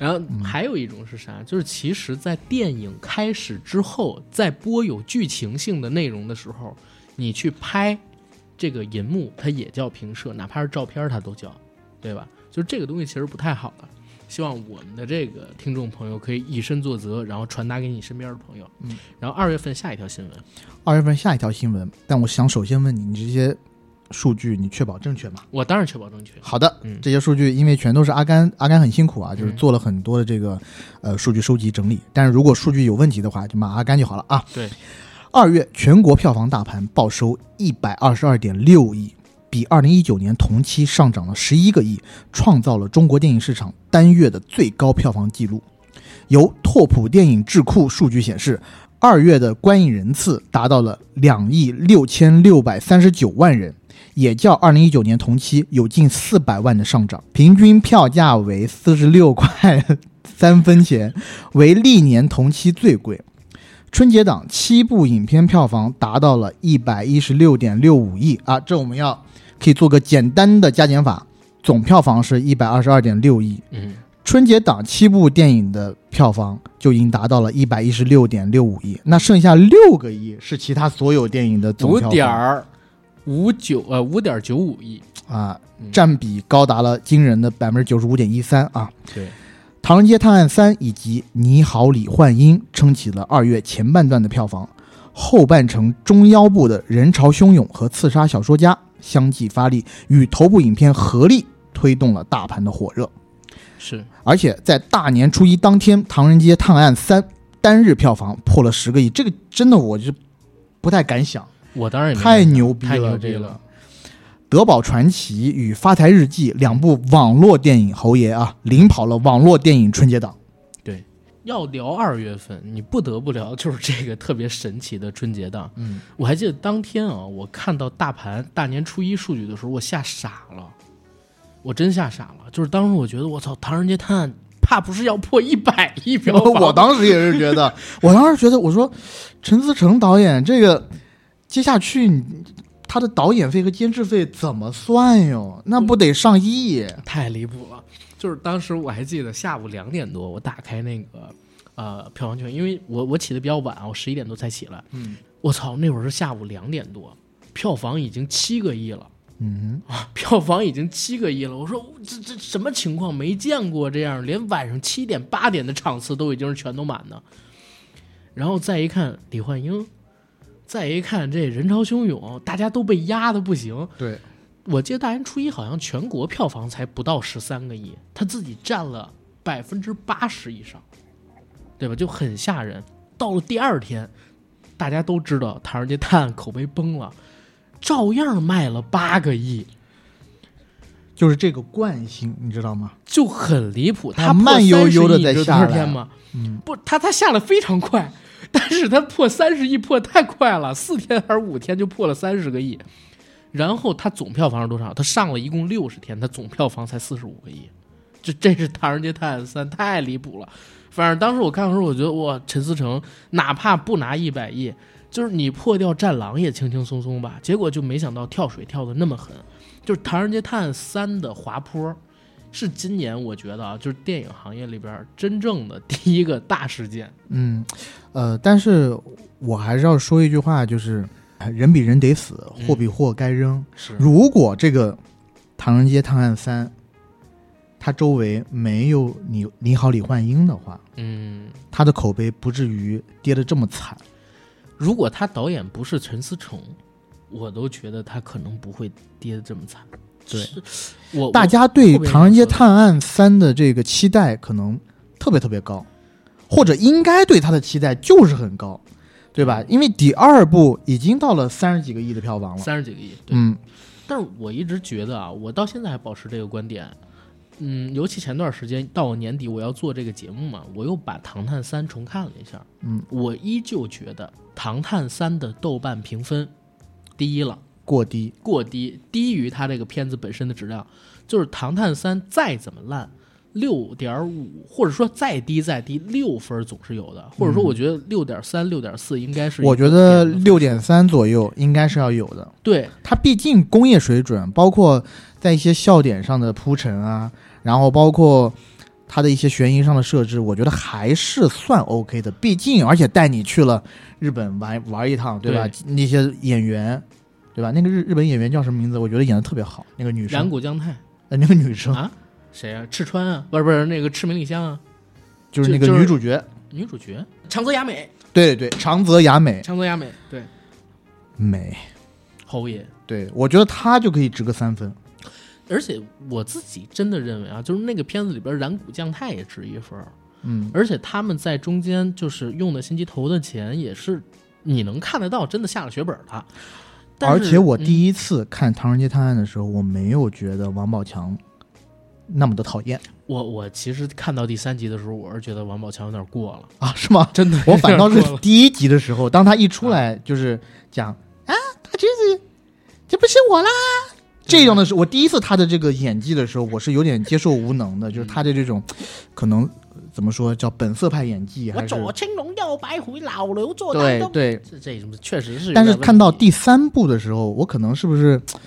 A: 然后还有一种是啥？就是其实，在电影开始之后，在播有剧情性的内容的时候，你去拍这个银幕，它也叫平射，哪怕是照片，它都叫，对吧？就是这个东西其实不太好的。希望我们的这个听众朋友可以以身作则，然后传达给你身边的朋友。
B: 嗯，
A: 然后二月份下一条新闻，
B: 二月份下一条新闻，但我想首先问你，你这些数据你确保正确吗？
A: 我当然确保正确。
B: 好的，
A: 嗯
B: 这些数据因为全都是阿甘，阿甘很辛苦啊，就是
A: 嗯
B: 做了很多的这个呃数据收集整理，但是如果数据有问题的话，就骂阿甘就好了啊。
A: 对，
B: 二月全国票房大盘报收一百二十二点六亿，比二零一九年同期上涨了十一个亿，创造了中国电影市场单月的最高票房纪录。由拓普电影智库数据显示，二月的观影人次达到了两亿六千六百三十九万人，也较二零一九年同期有近四百万的上涨，平均票价为四十六块三分钱，为历年同期最贵。春节档七部影片票房达到了一百一十六点六五亿啊，这我们要可以做个简单的加减法，总票房是一百二十二点六亿，
A: 嗯，
B: 春节档七部电影的票房就已经达到了一百一十六点六五亿，那剩下六个亿是其他所有电影的
A: 嗯
B: 总
A: 五
B: 票
A: 点
B: 房
A: 儿五九呃五点九五亿。
B: 啊
A: 嗯，
B: 占比高达了惊人的百分之九十五点一三啊。
A: 对，
B: 《唐人街探案三》以及《你好，李焕英》撑起了二月前半段的票房，后半程中腰部的《人潮汹涌》和《刺杀小说家》相继发力，与头部影片合力推动了大盘的火热。
A: 是
B: 而且在大年初一当天，《唐人街探案三》单日票房破了十个亿，这个真的我就不太敢想，
A: 我当然也没
B: 太牛逼
A: 太牛
B: 了，
A: 逼
B: 这个
A: 了。
B: 《德宝传奇》与《发财日记》两部网络电影，侯爷啊，领跑了网络电影春节 档。
A: 要聊二月份，你不得不聊 就是这个特别神奇的春节档。
B: 嗯，
A: 我还记得当天啊，我看到大盘大年初一数据的时候，我吓傻了，我真吓傻了。就是当时我觉得，我操，《唐人街探案》怕不是要破一百亿票房？
B: 我当时也是觉得， 我当时觉得，我说陈思诚导演这个接下去你他的导演费和监制费怎么算哟？那不得上亿？
A: 太离谱了。就是当时我还记得下午两点多，我打开那个呃票房权，因为我我起的比较晚啊，我十一点多才起来。
B: 嗯，
A: 我操，那会儿是下午两点多，票房已经七个亿了，啊
B: 嗯哼，
A: 票房已经七个亿了。我说这这什么情况？没见过这样，连晚上七点八点的场次都已经是全都满的。然后再一看李焕英，再一看这人潮汹涌，大家都被压的不行。
B: 对，
A: 我记得大年初一好像全国票房才不到十三个亿，他自己占了百分之八十以上，对吧？就很吓人。到了第二天，大家都知道《唐人街探案》口碑崩了，照样卖了八个亿，
B: 就是这个惯性，你知道吗？
A: 就很离谱。
B: 它
A: 它破
B: 慢悠悠地
A: 30亿
B: 在
A: 你知道
B: 下
A: 多少天
B: 来
A: 吗？
B: 嗯，
A: 不，它它下的非常快，但是它破三十亿破太快了，四天还是五天就破了三十个亿。然后它总票房是多少？它上了一共六十天，它总票房才四十五个亿，这这是《唐人街探案三》太离谱了。反正当时我看的时候，我觉得哇，陈思诚哪怕不拿一百亿，就是你破掉《战狼》也轻轻松松吧。结果就没想到跳水跳的那么狠，就是《唐人街探案三》的滑坡，是今年我觉得啊，就是电影行业里边真正的第一个大事件。
B: 嗯，呃，但是我还是要说一句话，就是人比人得死，
A: 嗯
B: 货比货该扔。
A: 是
B: 如果这个《唐人街探案三》，它周围没有你你好李焕英的话，
A: 嗯，
B: 它的口碑不至于跌得这么惨。
A: 如果他导演不是陈思诚，我都觉得他可能不会跌得这么惨。
B: 对
A: 是，我
B: 大
A: 我
B: 家对
A: 特
B: 《
A: 别
B: 唐人街
A: 能说
B: 探案三》的这个期待可能特别特别高，或者应该对它的期待就是很高，对
A: 嗯
B: 吧？因为第二部已经到了三十几个亿的票房了。
A: 三十几个亿，对。
B: 嗯，
A: 但是我一直觉得啊，我到现在还保持这个观点。嗯，尤其前段时间到我年底我要做这个节目嘛，我又把《唐探三》重看了一下。
B: 嗯，
A: 我依旧觉得《唐探三》的豆瓣评分第一了。
B: 过低。
A: 过低，低于它这个片子本身的质量。就是《唐探三》再怎么烂，六点五或者说再低再低，六分总是有的。或者说，我觉得六点三、六点四应该是一个
B: 嗯我觉得
A: 点的
B: 六点三左右应该是要有的。
A: 对，
B: 它毕竟工业水准，包括在一些笑点上的铺陈啊，然后包括它的一些悬疑上的设置，我觉得还是算 OK 的。毕竟而且带你去了日本玩玩一趟，对吧？那些演员，对吧？那个日日本演员叫什么名字？我觉得演的特别好，那个女
A: 染
B: 生，
A: 谷将太
B: 呃，那个女生、
A: 啊，谁啊？赤川啊，不是不是那个赤名莉香啊，
B: 就是那
A: 就
B: 个
A: 是
B: 女主角，
A: 女主角长泽雅美，
B: 对对，长泽雅美，
A: 长泽雅美对，
B: 美，
A: 侯爷。
B: 对我觉得她就可以值个三分。
A: 而且我自己真的认为啊，就是那个片子里边染谷将太也值一分儿，
B: 嗯，
A: 而且他们在中间就是用的心机投的钱也是你能看得到，真的下了血本了。但
B: 而
A: 是
B: 且我第
A: 嗯
B: 一次看《唐人街探案》的时候，我没有觉得王宝强那么的讨 厌
A: 我我其实看到第三集的时候，我是觉得王宝强有点过了，
B: 啊，是吗？
A: 真的
B: 我反倒是
A: 有点过了
B: 第一集的时候，当他一出来就是讲啊，大橘子，这不是我啦，这样的是我第一次他的这个演技的时候，我是有点接受无能的，就是他的这种
A: 嗯
B: 可能呃怎么说叫本色派演技还是
A: 青龙右白虎，老刘做
B: 对对，
A: 这这什么确实是有点
B: 但
A: 问
B: 是
A: 题，
B: 看到第三部的时候，我可能是不是呃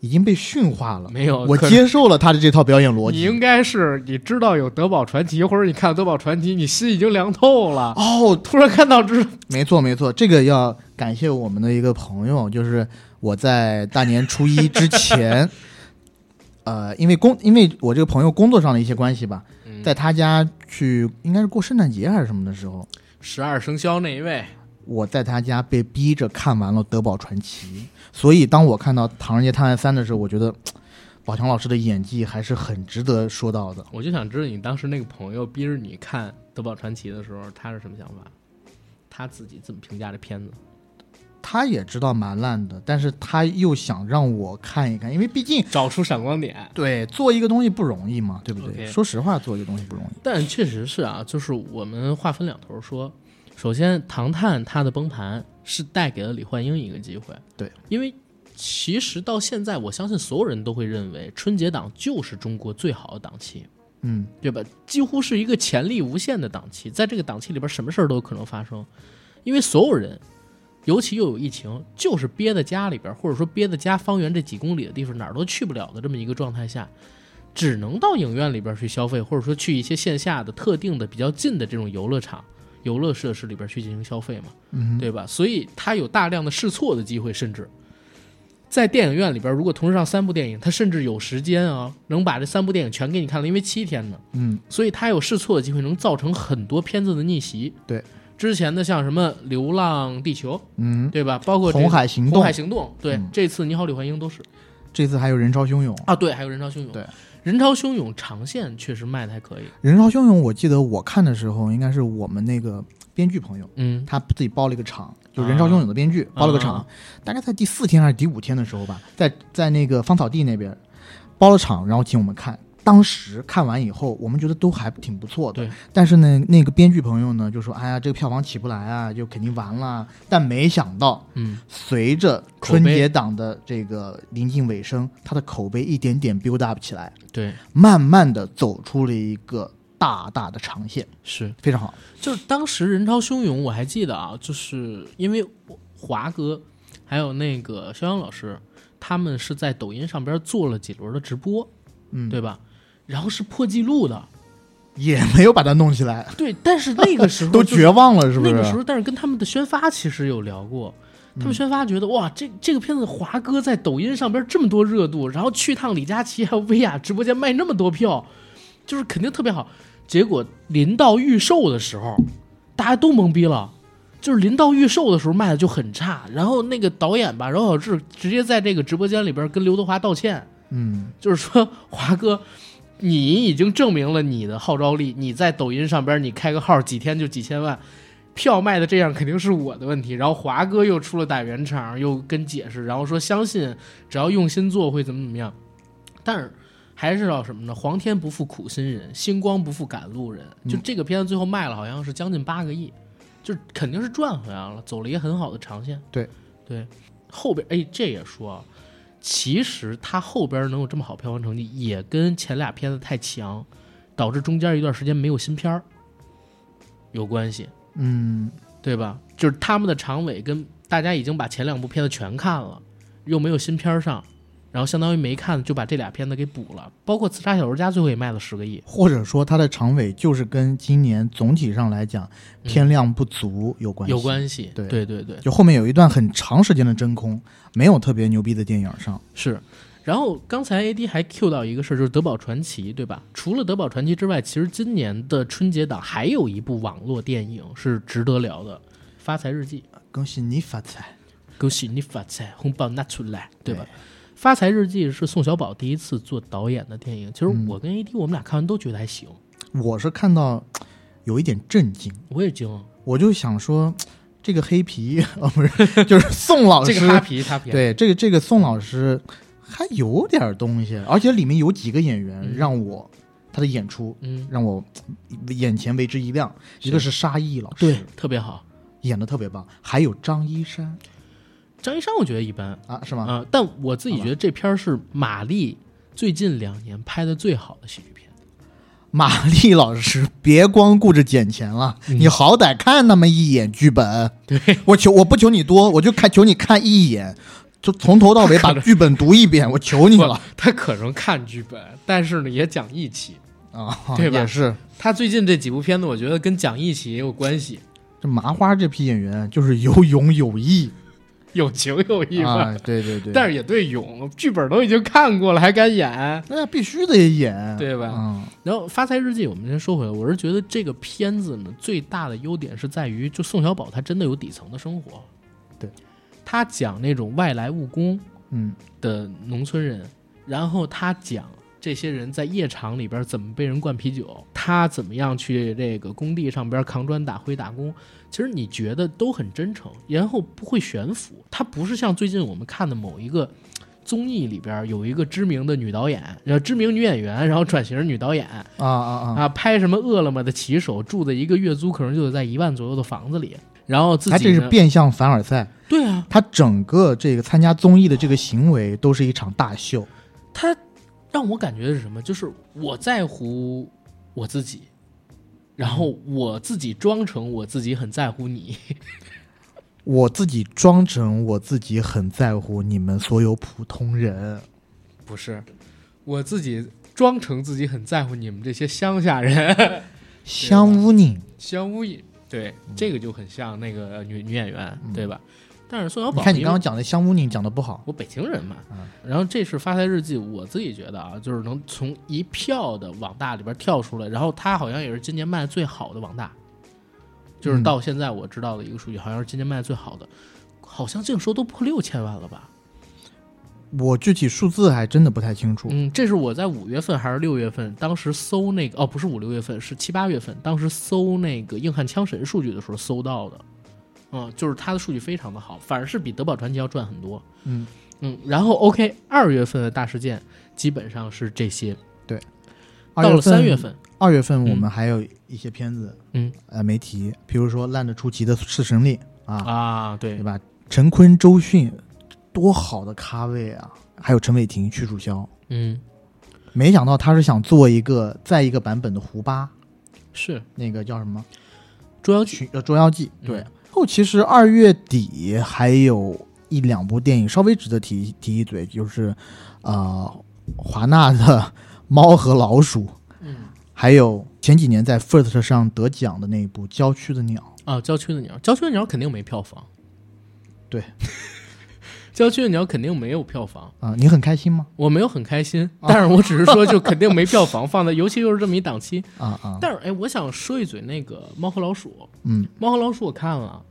B: 已经被驯化了？
A: 没有
B: 我
A: 可
B: 接受了他的这套表演逻
A: 你
B: 辑。
A: 应该是你知道有德宝传奇，或者你看德宝传奇，你心已经凉透了。
B: 哦，
A: 突然看到这，
B: 没错，没错，这个要感谢我们的一个朋友，就是我在大年初一之前，呃，因为工，因为我这个朋友工作上的一些关系吧，在他家去，应该是过圣诞节还是什么的时候，
A: 十二生肖那一位，
B: 我在他家被逼着看完了《德宝传奇》，所以当我看到《唐人街探案三》的时候，我觉得嘖宝强老师的演技还是很值得说到的。
A: 我就想知道你当时那个朋友逼着你看《德宝传奇》的时候，他是什么想法？他自己怎么评价这片子？
B: 他也知道蛮烂的，但是他又想让我看一看，因为毕竟
A: 找出闪光点。
B: 对，做一个东西不容易嘛，对不对
A: OK
B: 说实话，做一个东西不容易。
A: 但确实是啊，就是我们话分两头儿说。首先，《唐探》它的崩盘是带给了李焕英一个机会，
B: 对，
A: 因为其实到现在，我相信所有人都会认为春节档就是中国最好的档期，
B: 嗯，
A: 对吧？几乎是一个潜力无限的档期，在这个档期里边，什么事儿都有可能发生，因为所有人，尤其又有疫情，就是憋在家里边，或者说憋在家方圆这几公里的地方哪儿都去不了的这么一个状态下，只能到影院里边去消费，或者说去一些线下的特定的比较近的这种游乐场、游乐设施里边去进行消费嘛，
B: 嗯
A: 对吧？所以它有大量的试错的机会，甚至。在电影院里边，如果同时上三部电影，他甚至有时间啊，能把这三部电影全给你看了，因为七天呢，
B: 嗯，
A: 所以他有试错的机会，能造成很多片子的逆袭。
B: 对，
A: 之前的像什么《流浪地球》，
B: 嗯，
A: 对吧？包括这
B: 红海行
A: 红
B: 动
A: 海，行动，对，
B: 嗯
A: 这次《你好，李焕英》都是
B: 这次还有人潮汹涌。
A: 啊，对，还有人潮汹涌，
B: 对，
A: 人潮汹涌长线确实卖的还可以，
B: 人潮汹涌，我记得我看的时候，应该是我们那个编剧朋友，
A: 嗯，
B: 他自己包了一个场，就人潮汹涌的编剧、包了个场，
A: 啊
B: 大概在第四天还是第五天的时候吧，在在那个芳草地那边包了场，然后请我们看。当时看完以后，我们觉得都还挺不错的
A: 对，
B: 但是呢，那个编剧朋友呢就说：“哎呀，这个票房起不来啊，就肯定完了。”但没想到，
A: 嗯，
B: 随着
A: 口碑
B: 春节档的这个临近尾声，它的口碑一点点 build up 起来，
A: 对，
B: 慢慢的走出了一个大大的长线，
A: 是，
B: 非常好。
A: 就是当时人潮汹涌，我还记得啊，就是因为华哥还有那个肖央老师，他们是在抖音上边做了几轮的直播，
B: 嗯，
A: 对吧？然后是破纪录的，
B: 也没有把它弄起来，
A: 对。但是那个时候
B: 都
A: 就是
B: 绝望了，是不是？
A: 那个时候，但是跟他们的宣发其实有聊过，他
B: 嗯
A: 们宣发觉得、哇，这这个片子华哥在抖音上边这么多热度，然后去趟李佳琦还有薇娅直播间卖那么多票，就是肯定特别好。结果临到预售的时候，大家都懵逼了。就是临到预售的时候卖的就很差，然后那个导演吧，饶晓志直接在这个直播间里边跟刘德华道歉，
B: 嗯，
A: 就是说华哥，你已经证明了你的号召力，你在抖音上边你开个号几天就几千万，票卖的这样肯定是我的问题。然后华哥又出了打圆场，又跟解释，然后说相信只要用心做会怎么怎么样，但是。还是要什么呢？皇天不负苦心人，星光不负赶路人。就这个片子最后卖了，好像是将近八个亿，就肯定是赚回来了，走了一个很好的长线。
B: 对
A: 对，后边哎，这也说啊，其实它后边能有这么好票房成绩，也跟前俩片子太强，导致中间一段时间没有新片儿有关系，
B: 嗯，
A: 对吧？就是他们的长尾跟大家已经把前两部片子全看了，又没有新片儿上，然后相当于没看就把这俩片子给补了，包括《刺杀小说家》最后也卖了十个亿，
B: 或者说它的长尾就是跟今年总体上来讲天量不足有关系，
A: 有。关系，
B: 对
A: 对对对。
B: 就后面有一段很长时间的真空，没有特别牛逼的电影上，
A: 是。然后刚才 AD 还 Q 到一个事儿，就是德宝传奇，对吧？除了德宝传奇之外，其实今年的春节档还有一部网络电影是值得聊的，《发财日记》。
B: 恭喜你发财，
A: 恭喜你发财，红包拿出来，对吧？发财日记》是宋小宝第一次做导演的电影。其实我跟 AD 我们俩看完都觉得还行，
B: 哎我是看到有一点震惊，
A: 我也惊了。
B: 我就想说，这个黑皮 哦不是，就是宋老师，
A: 这个哈皮啊哈皮，
B: 对这个这个宋老师还有点东西，而且里面有几个演员
A: 嗯
B: 让我、他的演出
A: 嗯，
B: 让我眼前为之一亮，一个是沙溢老师，
A: 对，特别好。
B: 演的特别棒，还有张一山
A: 张一山我觉得一般
B: 啊，是
A: 啊、
B: 吗？
A: 但我自己觉得这片儿是马丽最近两年拍的最好的喜剧片。
B: 马丽老师，别光顾着捡钱了，
A: 嗯
B: 你好歹看那么一眼剧本。
A: 对
B: 我求我不求你多，我就看求你看一眼，就从头到 尾把剧本读一遍，我求你
A: 不
B: 了，
A: 他可能看剧本，但是呢也讲义气。
B: 啊！
A: 对吧
B: 也是，
A: 他最近这几部片子，我觉得跟讲义气也有关系，
B: 这麻花这批演员就是有勇有义
A: 有情有 义吧。
B: 啊，对对对，
A: 但是也对勇，剧本都已经看过了，还敢演？
B: 那必须得演，
A: 对吧
B: 嗯
A: 然后《发财日记》，我们先说回来，我是觉得这个片子呢，最大的优点是在于，就宋小宝他真的有底层的生活，
B: 对，
A: 他讲那种外来务工
B: 嗯
A: 的农村人，然后他讲这些人在夜场里边怎么被人灌啤酒，他怎么样去这个工地上边扛砖打灰打工，其实你觉得都很真诚，然后不会悬浮，他不是像最近我们看的某一个。综艺里边有一个知名的女导演，呃，知名女演员，然后转型女导演，
B: 啊啊啊，
A: 啊，拍什么饿了么的骑手，住的一个月租可能就得在一万左右的房子里，然后自己
B: 他这是
A: 呢
B: 变相凡尔赛，
A: 对啊，
B: 他整个这个参加综艺的这个行为都是一场大秀，
A: 他让我感觉是什么？就是我在乎我自己，然后我自己装成我自己很在乎你，
B: 我自己装成我自己很在乎你们所有普通人，
A: 不是我自己装成自己很在乎你们这些乡下人，
B: 香污你，
A: 乡乌影，对，这个就很像那个女女演员，对吧？但是宋小宝，
B: 嗯你看你
A: 因为
B: 刚刚讲的香屋你讲的不好，
A: 我北京人嘛
B: 嗯，
A: 然后这是《发财日记》，我自己觉得啊，就是能从一票的网大里边跳出来，然后它好像也是今年卖最好的网大，就是
B: 嗯
A: 到现在我知道的一个数据，好像是今年卖最好的，好像净收都破六千万了吧？
B: 我具体数字还真的不太清楚。
A: 嗯，这是我在五月份还是六月份，当时搜那个哦，不是五六月份，是七八月份，当时搜那个硬汉枪神数据的时候搜到的，嗯，就是它的数据非常的好，反而是比德宝传奇要赚很多。
B: 嗯
A: 嗯，然后 OK，二月份的大事件基本上是这些，
B: 二
A: 到了
B: 份
A: 三月，份，
B: 二月份我
A: 嗯
B: 们还有一些片子，
A: 嗯，
B: 呃，没提，比如说烂的出奇的《弑神令》啊，
A: 啊，
B: 对
A: 对，
B: 吧？陈坤、周迅，多好的咖位啊！还有陈伟霆、屈楚萧，
A: 嗯，
B: 没想到他是想做一个再一个版本的胡巴，
A: 是《
B: 那个叫什么
A: 捉妖记》
B: 寻呃《捉妖记》。对，
A: 嗯
B: 后其实二月底还有一两部电影稍微值得提提一嘴，就是呃华纳的《猫和老鼠》，
A: 嗯，
B: 还有前几年在 First 上得奖的那一部《郊区的鸟》。
A: 啊，郊区的鸟，郊区的鸟肯定没票房，
B: 对，
A: 郊区的鸟肯定没有票房。
B: 啊、你很开心吗？
A: 我没有很开心，
B: 啊
A: 但是我只是说，就肯定没票房放在，尤 其又是这么一档期。
B: 啊啊，
A: 但是，哎，我想说一嘴那个《猫和老鼠》，《
B: 嗯，
A: 猫和老鼠》我看了，啊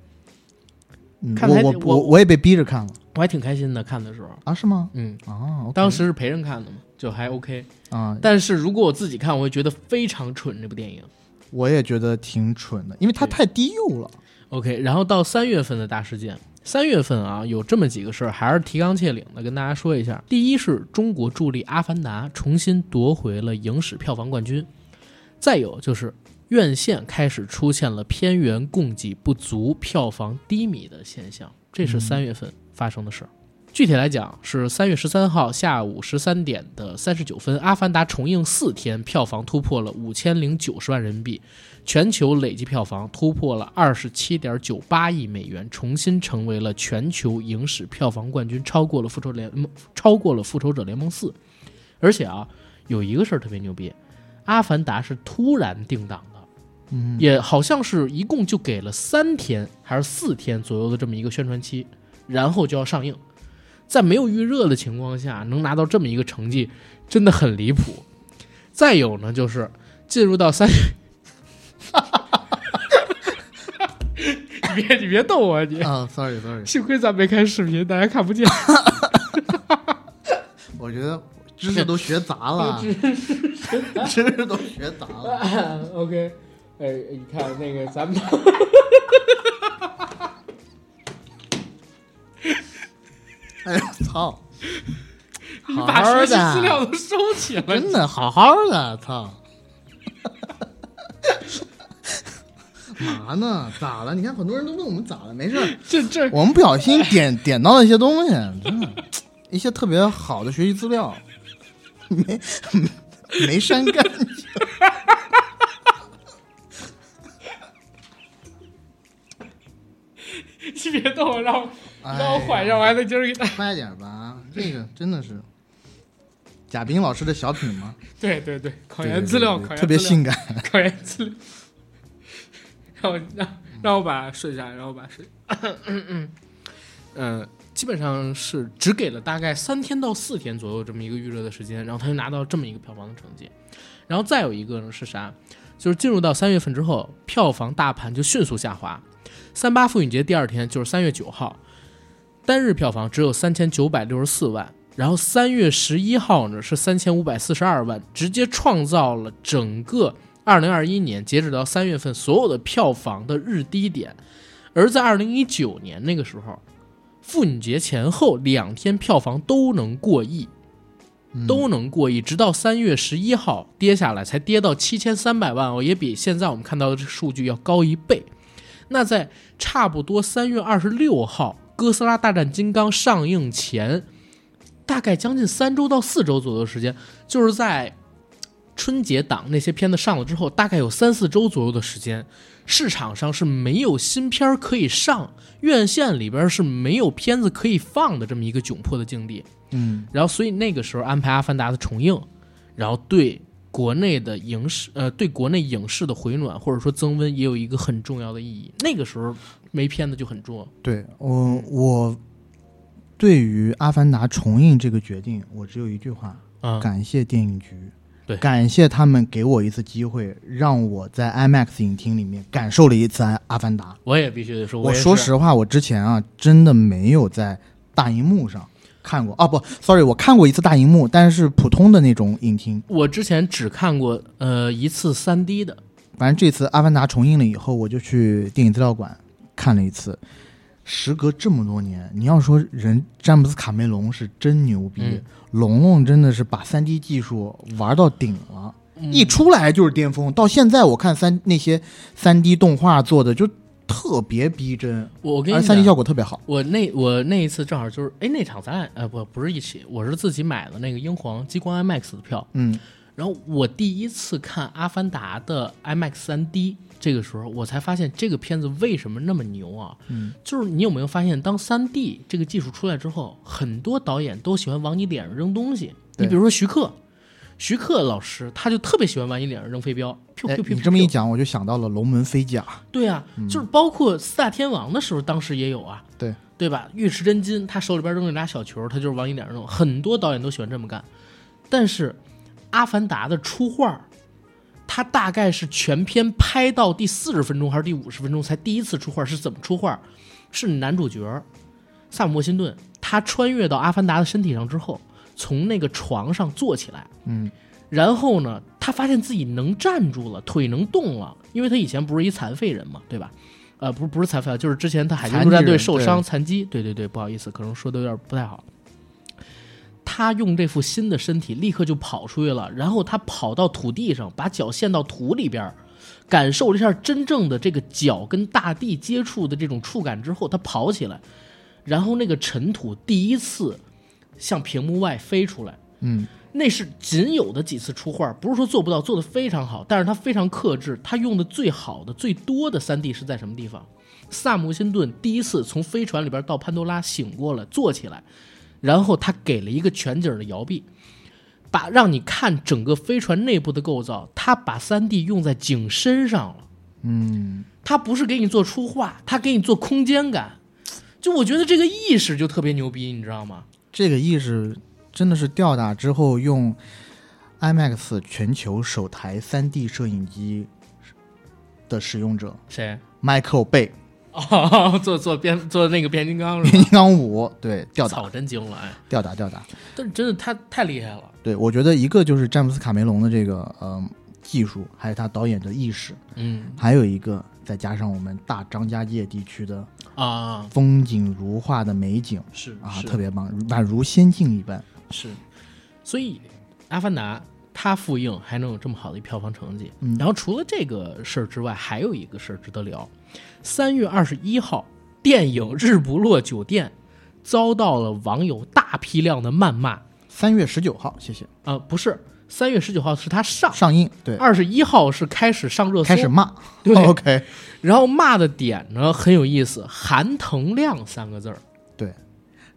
B: 嗯
A: 看来
B: 我我
A: 我
B: 我我也被逼着看了
A: 我还挺开心的，看的时候，
B: 啊，是吗？
A: 嗯，
B: 啊，OK，
A: 当时是陪人看的嘛，就还 OK。
B: 啊，
A: 但是如果我自己看，我会觉得非常蠢这部电影。
B: 我也觉得挺蠢的，因为它
A: 对
B: 太低 幼了。
A: OK，然后到三月份的大事件，三月份啊有这么几个事儿，还是提纲挈领的跟大家说一下。第一是中国助力《阿凡达》重新夺回了影史票房冠军，再有就是院线开始出现了片源供给不足、票房低迷的现象，这是三月份发生的事儿。具体来讲，是三月十三号下午十三点的三十九分，《阿凡达》重映四天，票房突破了五千零九十万人民币，全球累计票房突破了二十七点九八亿美元，重新成为了全球影史票房冠军，超过了《复仇联盟》，超过了《复仇者联盟四》。而且啊，有一个事儿特别牛逼，《阿凡达》是突然定档的，
B: 嗯，
A: 也好像是一共就给了三天还是四天左右的这么一个宣传期，然后就要上映。在没有预热的情况下，能拿到这么一个成绩，真的很离谱。再有呢，就是进入到三月，你 别你别逗我、你
B: 啊，sorry sorry，
A: 幸亏咱没开视频，大家看不见。
B: 我觉得知识都学 杂了，知识都学杂了。
A: OK，哎，你看那个咱们。
B: 哎呦操，
A: 你
B: 好
A: 把
B: 好
A: 学习资
B: 的，
A: 料都收起来，
B: 真的好好的，操。嘛呢？咋了？你看很多人都问我们咋了，没事儿，
A: 这这
B: 我们不小心点 点到了一些东西，真的，一些特别好的学习资料，没没删干 净。
A: 你别逗我，让我
B: 哎
A: 让我缓一下，我还得接着给大家。
B: 快点吧，这个真的是贾冰老师的小品吗？
A: 对对对， 考
B: 对
A: 研
B: 对
A: 资料，
B: 对
A: 考研
B: 特别
A: 资料
B: 性感。
A: 考研资料，让我让让我把睡下，让我把睡。嗯、呃，基本上是只给了大概三天到四天左右这么一个预热的时间，然后他就拿到这么一个票房的成绩。然后再有一个呢是啥？就是进入到三月份之后，票房大盘就迅速下滑。三八妇女节第二天，就是三月九号，单日票房只有三千九百六十四万。然后三月十一号呢是三千五百四十二万，直接创造了整个二零二一年截止到三月份所有的票房的日低点，而在二零一九年那个时候，妇女节前后两天票房都能过亿，都能过亿，直到三月十一号跌下来，才跌到七千三百万哦，也比现在我们看到的这个数据要高一倍。那在差不多三月二十六号《哥斯拉大战金刚》上映前，大概将近三周到四周左右的时间，就是在春节档那些片子上了之后，大概有三四周左右的时间，市场上是没有新片儿可以上，院线里边儿是没有片子可以放的这么一个窘迫的境地。
B: 嗯，
A: 然后所以那个时候安排《阿凡达》的重映，然后对国内的影视呃对国内影视的回暖或者说增温也有一个很重要的意义。那个时候没片子就很重要，
B: 对我我对于《阿凡达》重映这个决定，我只有一句话：
A: 啊、
B: 感谢电影局。
A: 对
B: 感谢他们给我一次机会，让我在 IMAX 影厅里面感受了一次《阿凡达》。
A: 我也必须得说，
B: 我
A: 也
B: 说
A: 是
B: 实话，我之前啊，真的没有在大荧幕上看过啊，不，sorry，我看过一次大荧幕，但是普通的那种影厅。
A: 我之前只看过呃一次三 D 的，
B: 反正这次《阿凡达》重映了以后，我就去电影资料馆看了一次。时隔这么多年，你要说人詹姆斯卡梅隆是真牛逼，
A: 嗯
B: 龙龙真的是把3 D 技术玩到顶了，
A: 嗯
B: 一出来就是巅峰。到现在我看三那些3 D 动画做的就特别逼真，
A: 我跟
B: 而
A: 你
B: 3啊 D
A: 讲，
B: 效果特别好。
A: 我那我那一次正好就是哎那场咱俩呃不不是一起，我是自己买的那个英皇激光 IMAX 的票，
B: 嗯，
A: 然后我第一次看《阿凡达》的 IMAX 3D，这个时候我才发现这个片子为什么那么牛啊！
B: 嗯，
A: 就是你有没有发现，当 3D 这个技术出来之后，很多导演都喜欢往你脸上扔东西。
B: 对
A: 你比如说徐克，徐克老师他就特别喜欢往你脸上扔飞镖。噗
B: 哎
A: 噗，噗
B: 你这么一
A: 噗
B: 嗯讲，我就想到了龙门飞甲。
A: 对啊，就是包括四大天王的时候，当时也有啊，
B: 对
A: 对吧？尉迟真金他手里边扔了俩小球，他就是往你脸上扔。很多导演都喜欢这么干，但是《阿凡达》的出画儿，他大概是全片拍到第四十分钟还是第五十分钟才第一次出画儿，是怎么出画儿？是男主角萨姆·莫辛顿，他穿越到阿凡达的身体上之后，从那个床上坐起来，
B: 嗯，
A: 然后呢，他发现自己能站住了，腿能动了，因为他以前不是一残废人嘛，对吧？呃，不是不是残废啊，就是之前他海军陆战队受伤残疾，对对对，不好意思，可能说的有点不太好。他用这副新的身体立刻就跑出去了，然后他跑到土地上，把脚陷到土里边儿，感受了一下真正的这个脚跟大地接触的这种触感之后，他跑起来，然后那个尘土第一次向屏幕外飞出来，
B: 嗯，
A: 那是仅有的几次出画，不是说做不到，做的非常好，但是他非常克制，他用的最好的、最多的三 D 是在什么地方？萨姆辛顿第一次从飞船里边到潘多拉醒过来，坐起来，然后他给了一个全景的摇臂，把让你看整个飞船内部的构造，他把三 D 用在景深上了。
B: 嗯，
A: 他不是给你做出画，他给你做空间感。就我觉得这个意识就特别牛逼，你知道吗？
B: 这个意识真的是吊打之后用 IMAX 全球首台 3D 摄影机的使用者
A: 谁？
B: Michael 贝，
A: 哦，做做变做那个变形金刚是吧？
B: 变形金刚五，对，吊打，
A: 操，真惊了哎！
B: 吊打，吊打。
A: 但是真的他太厉害了，
B: 对，我觉得一个就是詹姆斯卡梅隆的这个嗯技术，还有他导演的意识，
A: 嗯
B: 还有一个再加上我们大张家界地区的
A: 啊，
B: 风景如画的美景
A: 是
B: 啊，
A: 是
B: 特别棒，宛如仙境一般。
A: 是，所以《阿凡达》它复映还能有这么好的票房成绩。
B: 嗯
A: 然后除了这个事儿之外，还有一个事儿值得聊。三月二十一号，电影《日不落酒店》遭到了网友大批量的谩骂。
B: 三月十九号，谢谢
A: 啊，不是，三月十九号是它上，
B: 上映，对，
A: 啊二十一号是开始上热搜，
B: 开始哦骂
A: 对
B: ，OK，
A: 然后骂的点呢很有意思，“含腾量”三个字儿。
B: 对，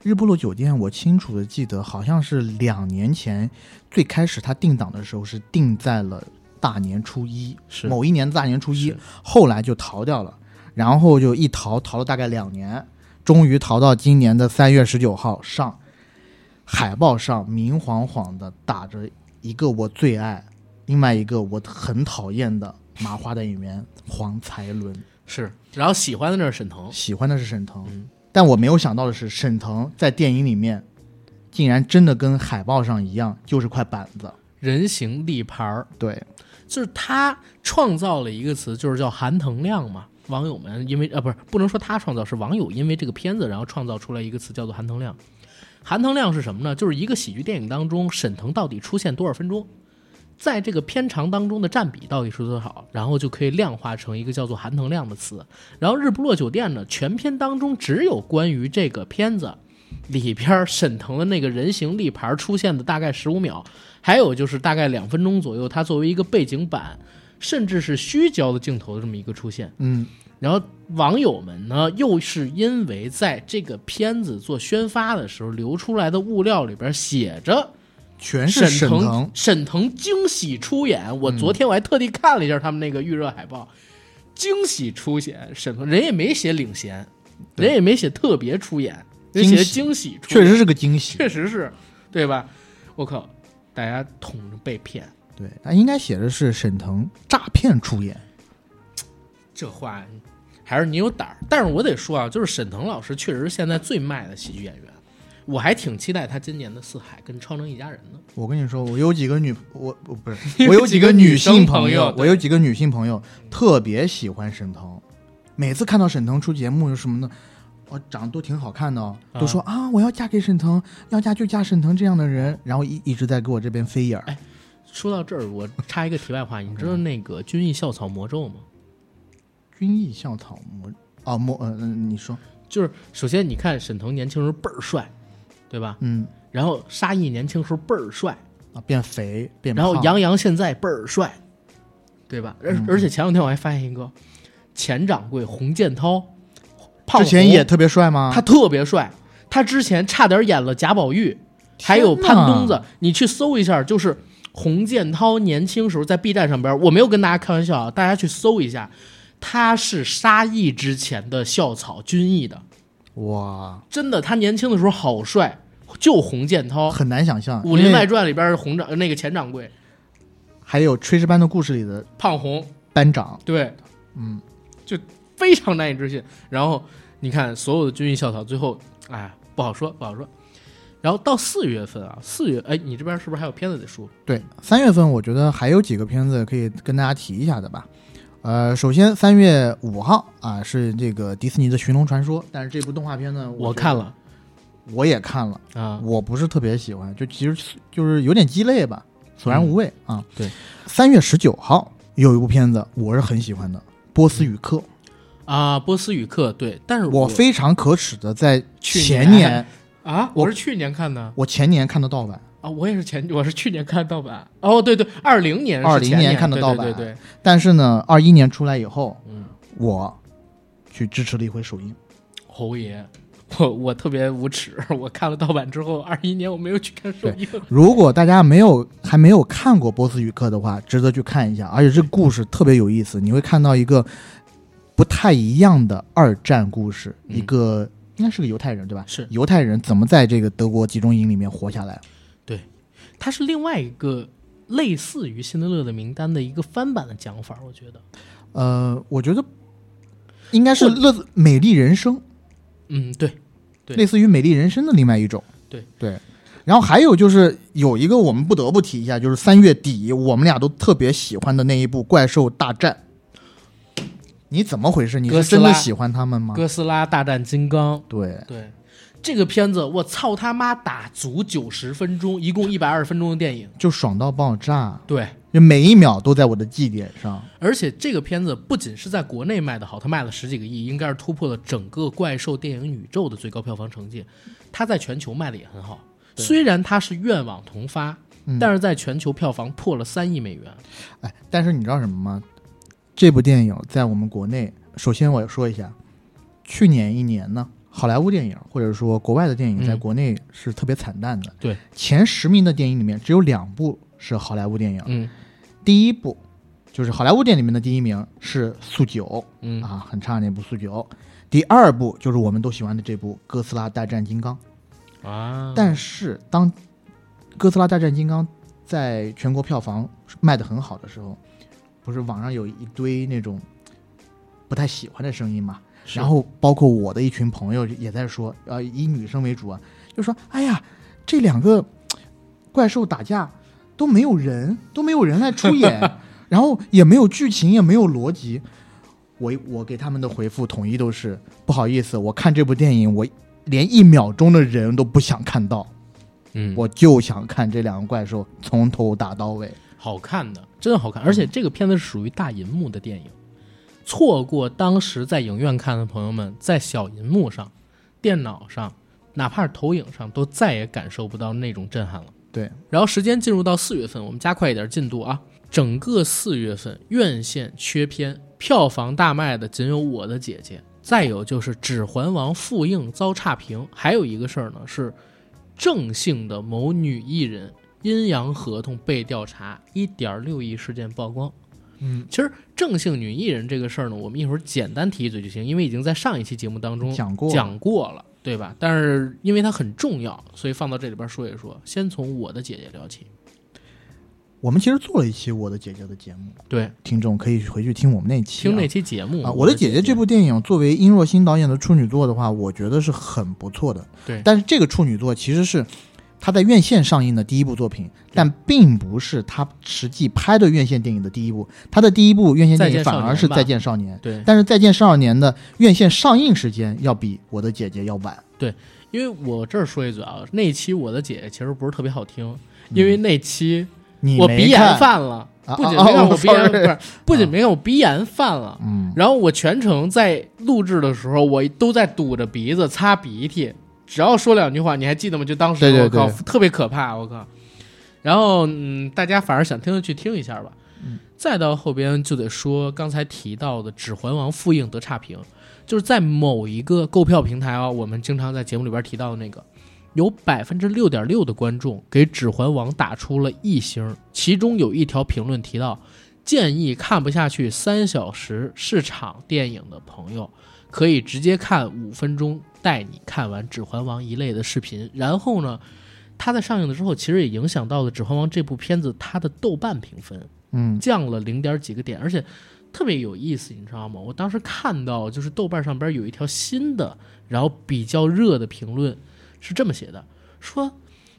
B: 日不落酒店，我清楚的记得，好像是两年前最开始它定档的时候是定在了大年初一，
A: 是
B: 某一年的大年初一
A: 是，
B: 后来就逃掉了，然后就一逃逃了大概两年，终于逃到今年的三月十九号上，海报上明晃晃的打着一个我最爱，另外一个我很讨厌的麻花的演员黄才伦。
A: 是，然后喜欢的那是沈腾，
B: 喜欢的是沈腾，
A: 嗯
B: 但我没有想到的是，沈腾在电影里面竟然真的跟海报上一样，就是块板子。
A: 人形立牌儿，
B: 对，
A: 就是他创造了一个词，就是叫“含腾量”嘛。网友们因为啊，不是不能说他创造，是网友因为这个片子，然后创造出来一个词叫做“含腾量”。含腾量是什么呢？就是一个喜剧电影当中，沈腾到底出现多少分钟，在这个片长当中的占比到底是多少，然后就可以量化成一个叫做“含腾量”的词。然后《日不落酒店》呢，全片当中只有关于这个片子里边儿沈腾的那个人形立牌出现的大概十五秒，还有就是大概两分钟左右，它作为一个背景板，甚至是虚焦的镜头的这么一个出现。
B: 嗯，
A: 然后网友们呢，又是因为在这个片子做宣发的时候流出来的物料里边写着
B: 全是
A: 沈
B: 沈腾，
A: 沈腾惊喜出演。我昨天我还特地看了一下他们那个预热海报，惊喜出演沈腾，人也没写领衔，
B: 对
A: 人也没写特别出演，人
B: 惊
A: 写
B: 喜
A: 惊喜出
B: 确
A: 演，
B: 实是个惊喜。
A: 确实是，对吧？我靠，大家捅着被骗，
B: 对，那应该写的是沈腾诈骗出演。
A: 这话还是你有胆儿。但是我得说啊，就是沈腾老师确实是现在最卖的喜剧演员，我还挺期待他今年的《四海》跟《超能一家人》呢。
B: 我跟你说，我有几个女，我我不是，
A: 有
B: 我有几个女性
A: 几个女生朋友对
B: 我有几个女性朋友特别喜欢沈腾，每次看到沈腾出节目什么的，哦，长得都挺好看的、哦，
A: 啊
B: 都说啊我要嫁给沈腾，要嫁就嫁沈腾这样的人，然后一一直在给我这边飞眼儿
A: 哎说到这儿，我插一个题外话，你知道那
B: 嗯
A: 个《军艺校草魔咒》吗？
B: 军艺校草魔哦魔嗯、呃，你说
A: 就是首先你看沈腾年轻时候倍儿帅，对吧？
B: 嗯
A: 然后沙溢年轻时候倍儿帅，
B: 啊变肥变
A: 然
B: 胖，
A: 后杨洋现在倍儿帅，对吧？
B: 嗯
A: 而、而且前两天我还发现一个前掌柜洪建涛，胖
B: 之前
A: 虎
B: 也特别帅吗？
A: 他特别帅，他之前差点演了贾宝玉，还有
B: 天
A: 潘
B: 哪
A: 东子，你去搜一下，就是洪建涛年轻时候在 B 站上边，我没有跟大家开玩笑啊，大家去搜一下，他是沙溢之前的校草军艺的，
B: 哇
A: 真的，他年轻的时候好帅，就洪建涛，《
B: 很难想象，
A: 武林
B: 因为
A: 外传》里边的洪掌那个前掌柜
B: 还有《炊事班的故事》里的
A: 胖红，
B: 班长，
A: 对，
B: 嗯，
A: 就非常难以置信。然后你看，所有的军艺校草最后，哎，不好说，不好说。然后到四月份啊，四月，哎，你这边是不是还有片子得说？
B: 对，三月份我觉得还有几个片子可以跟大家提一下的吧。呃，首先三月五号啊是这个迪士尼的《寻龙传说》，但是这部动画片呢，我
A: 我
B: 觉得
A: 看，了
B: 我也看了，
A: 啊，
B: 我不是特别喜欢，就其实就是有点鸡肋吧，索然无味、啊。
A: 嗯对，
B: 三月十九号有一部片子我是很喜欢的，《波斯语课》，
A: 啊，波斯语课，对，但是
B: 我非常可耻的在
A: 去
B: 前
A: 年
B: 年，
A: 啊，
B: 我
A: 我是去年看的
B: 我前年看的盗版。
A: 啊，我也是前，我是去年看盗版。哦，对对，二零年是
B: 20
A: 前
B: 年
A: 年
B: 看的盗版
A: 对对对对，
B: 但是呢，二一年出来以后，
A: 嗯，
B: 我去支持了一回首映。
A: 侯爷。我我特别无耻，我看了盗版之后，二一年我没有去看首映。
B: 如果大家没有还没有看过《波斯语课》的话，值得去看一下，而且这个故事特别有意思，你会看到一个不太一样的二战故事，
A: 嗯
B: 一个应该是个犹太人对吧？
A: 是
B: 犹太人怎么在这个德国集中营里面活下来？
A: 它是另外一个类似于《辛德勒的名单》的一个翻版的讲法，我觉得，
B: 呃，我觉得应该是类似《美丽人生》，
A: 嗯，对，对
B: 类似于《美丽人生》的另外一种。
A: 对
B: 对。然后还有就是有一个我们不得不提一下，就是三月底我们俩都特别喜欢的那一部《怪兽大战》。你怎么回事？你
A: 哥
B: 是
A: 斯
B: 真
A: 拉
B: 的喜欢他们吗？
A: 哥斯拉大战金刚，
B: 对，
A: 对，这个片子我操他妈打足九十分钟，一共一百二十分钟的电影，
B: 就爽到爆炸，
A: 对，
B: 就每一秒都在我的祭点上。
A: 而且这个片子不仅是在国内卖的好，它卖了十几个亿，应该是突破了整个怪兽电影宇宙的最高票房成绩，它在全球卖的也很好。
B: 对
A: 虽然它是愿望同发，
B: 嗯
A: 但是在全球票房破了三亿美元。
B: 哎，但是你知道什么吗？这部电影在我们国内，首先我要说一下，去年一年呢，好莱坞电影或者说国外的电影
A: 嗯
B: 在国内是特别惨淡的。
A: 对，
B: 前十名的电影里面只有两部是好莱坞电影，
A: 嗯
B: 第一部就是好莱坞电影里面的第一名是《速九》
A: 嗯
B: 啊，很差那部《速九》。第二部就是我们都喜欢的这部《哥斯拉大战金刚》，
A: 啊
B: 但是当《哥斯拉大战金刚》在全国票房卖得很好的时候，不是网上有一堆那种不太喜欢的声音嘛？
A: 是
B: 然后包括我的一群朋友也在说，呃，以女生为主啊，就说：“哎呀，这两个怪兽打架都没有人，都没有人来出 演，然后也没有剧情，也没有逻辑。我”我给他们的回复统一都是：不好意思，我看这部电影，我连一秒钟的人都不想看到，
A: 嗯
B: 我就想看这两个怪兽从头打到尾。
A: 好看的，真的好看。而且这个片子是属于大银幕的电影，错过当时在影院看的朋友们，在小银幕上、电脑上，哪怕是投影上，都再也感受不到那种震撼了。
B: 对，
A: 然后时间进入到四月份，我们加快一点进度啊！整个四月份院线缺片，票房大卖的仅有《我的姐姐》，再有就是《指环王》复映遭差评，还有一个事儿呢是正性的某女艺人阴阳合同被调查，一点六亿事件曝光。
C: 嗯，
A: 其实正性女艺人这个事儿呢，我们一会儿简单提一嘴就行，因为已经在上一期节目当中
B: 讲过
A: 讲过了，对吧？但是因为它很重要，所以放到这里边说一说。先从我的姐姐聊起，
B: 我们其实做了一期《我的姐姐》的节目，
A: 对，
B: 听众可以回去听我们那期、啊。
A: 听那期节目
B: 啊，《我的姐姐》这部电影作为殷若欣导演的处女作的话，我觉得是很不错的。
A: 对
B: 但是这个处女作其实是她在院线上映的第一部作品，但并不是她实际拍的院线电影的第一部。她的第一部院线电
A: 再
B: 影
A: 见少
B: 反
A: 年
B: 而是《
A: 吧
B: 再见少年》，
A: 对，
B: 但是《再见少年》的院线上映时间要比《我的姐姐》要晚。
A: 因为我这儿说一嘴啊，那期我的姐姐其实不是特别好听，因为那期
B: 嗯你
A: 我
B: 没
A: 鼻炎
B: 看，
A: 犯了，
B: 啊
A: 不仅
B: 啊
A: 没
B: 啊
A: 让
B: 我
A: 我鼻炎，
B: sorry 啊
A: 不是，不仅没让我鼻炎犯了，
B: 嗯，
A: 然后我全程在录制的时候，我都在堵着鼻子擦鼻涕，只要说两句话，你还记得吗？就当时
B: 对对
A: 我靠，
B: 对
A: 特别可怕，我靠。然后嗯，大家反而想听的去听一下吧。
B: 嗯
A: 再到后边就得说刚才提到的《指环王》复映得差评，就是在某一个购票平台啊，我们经常在节目里边提到的那个，有百分之六点六的观众给《指环王》打出了一星，其中有一条评论提到，建议看不下去三小时市场电影的朋友，可以直接看五分钟带你看完《指环王》一类的视频。然后呢，它在上映的时候，其实也影响到了《指环王》这部片子它的豆瓣评分
B: 嗯，
A: 降了零点几个点，而且特别有意思，你知道吗？我当时看到就是豆瓣上边有一条新的，然后比较热的评论是这么写的，说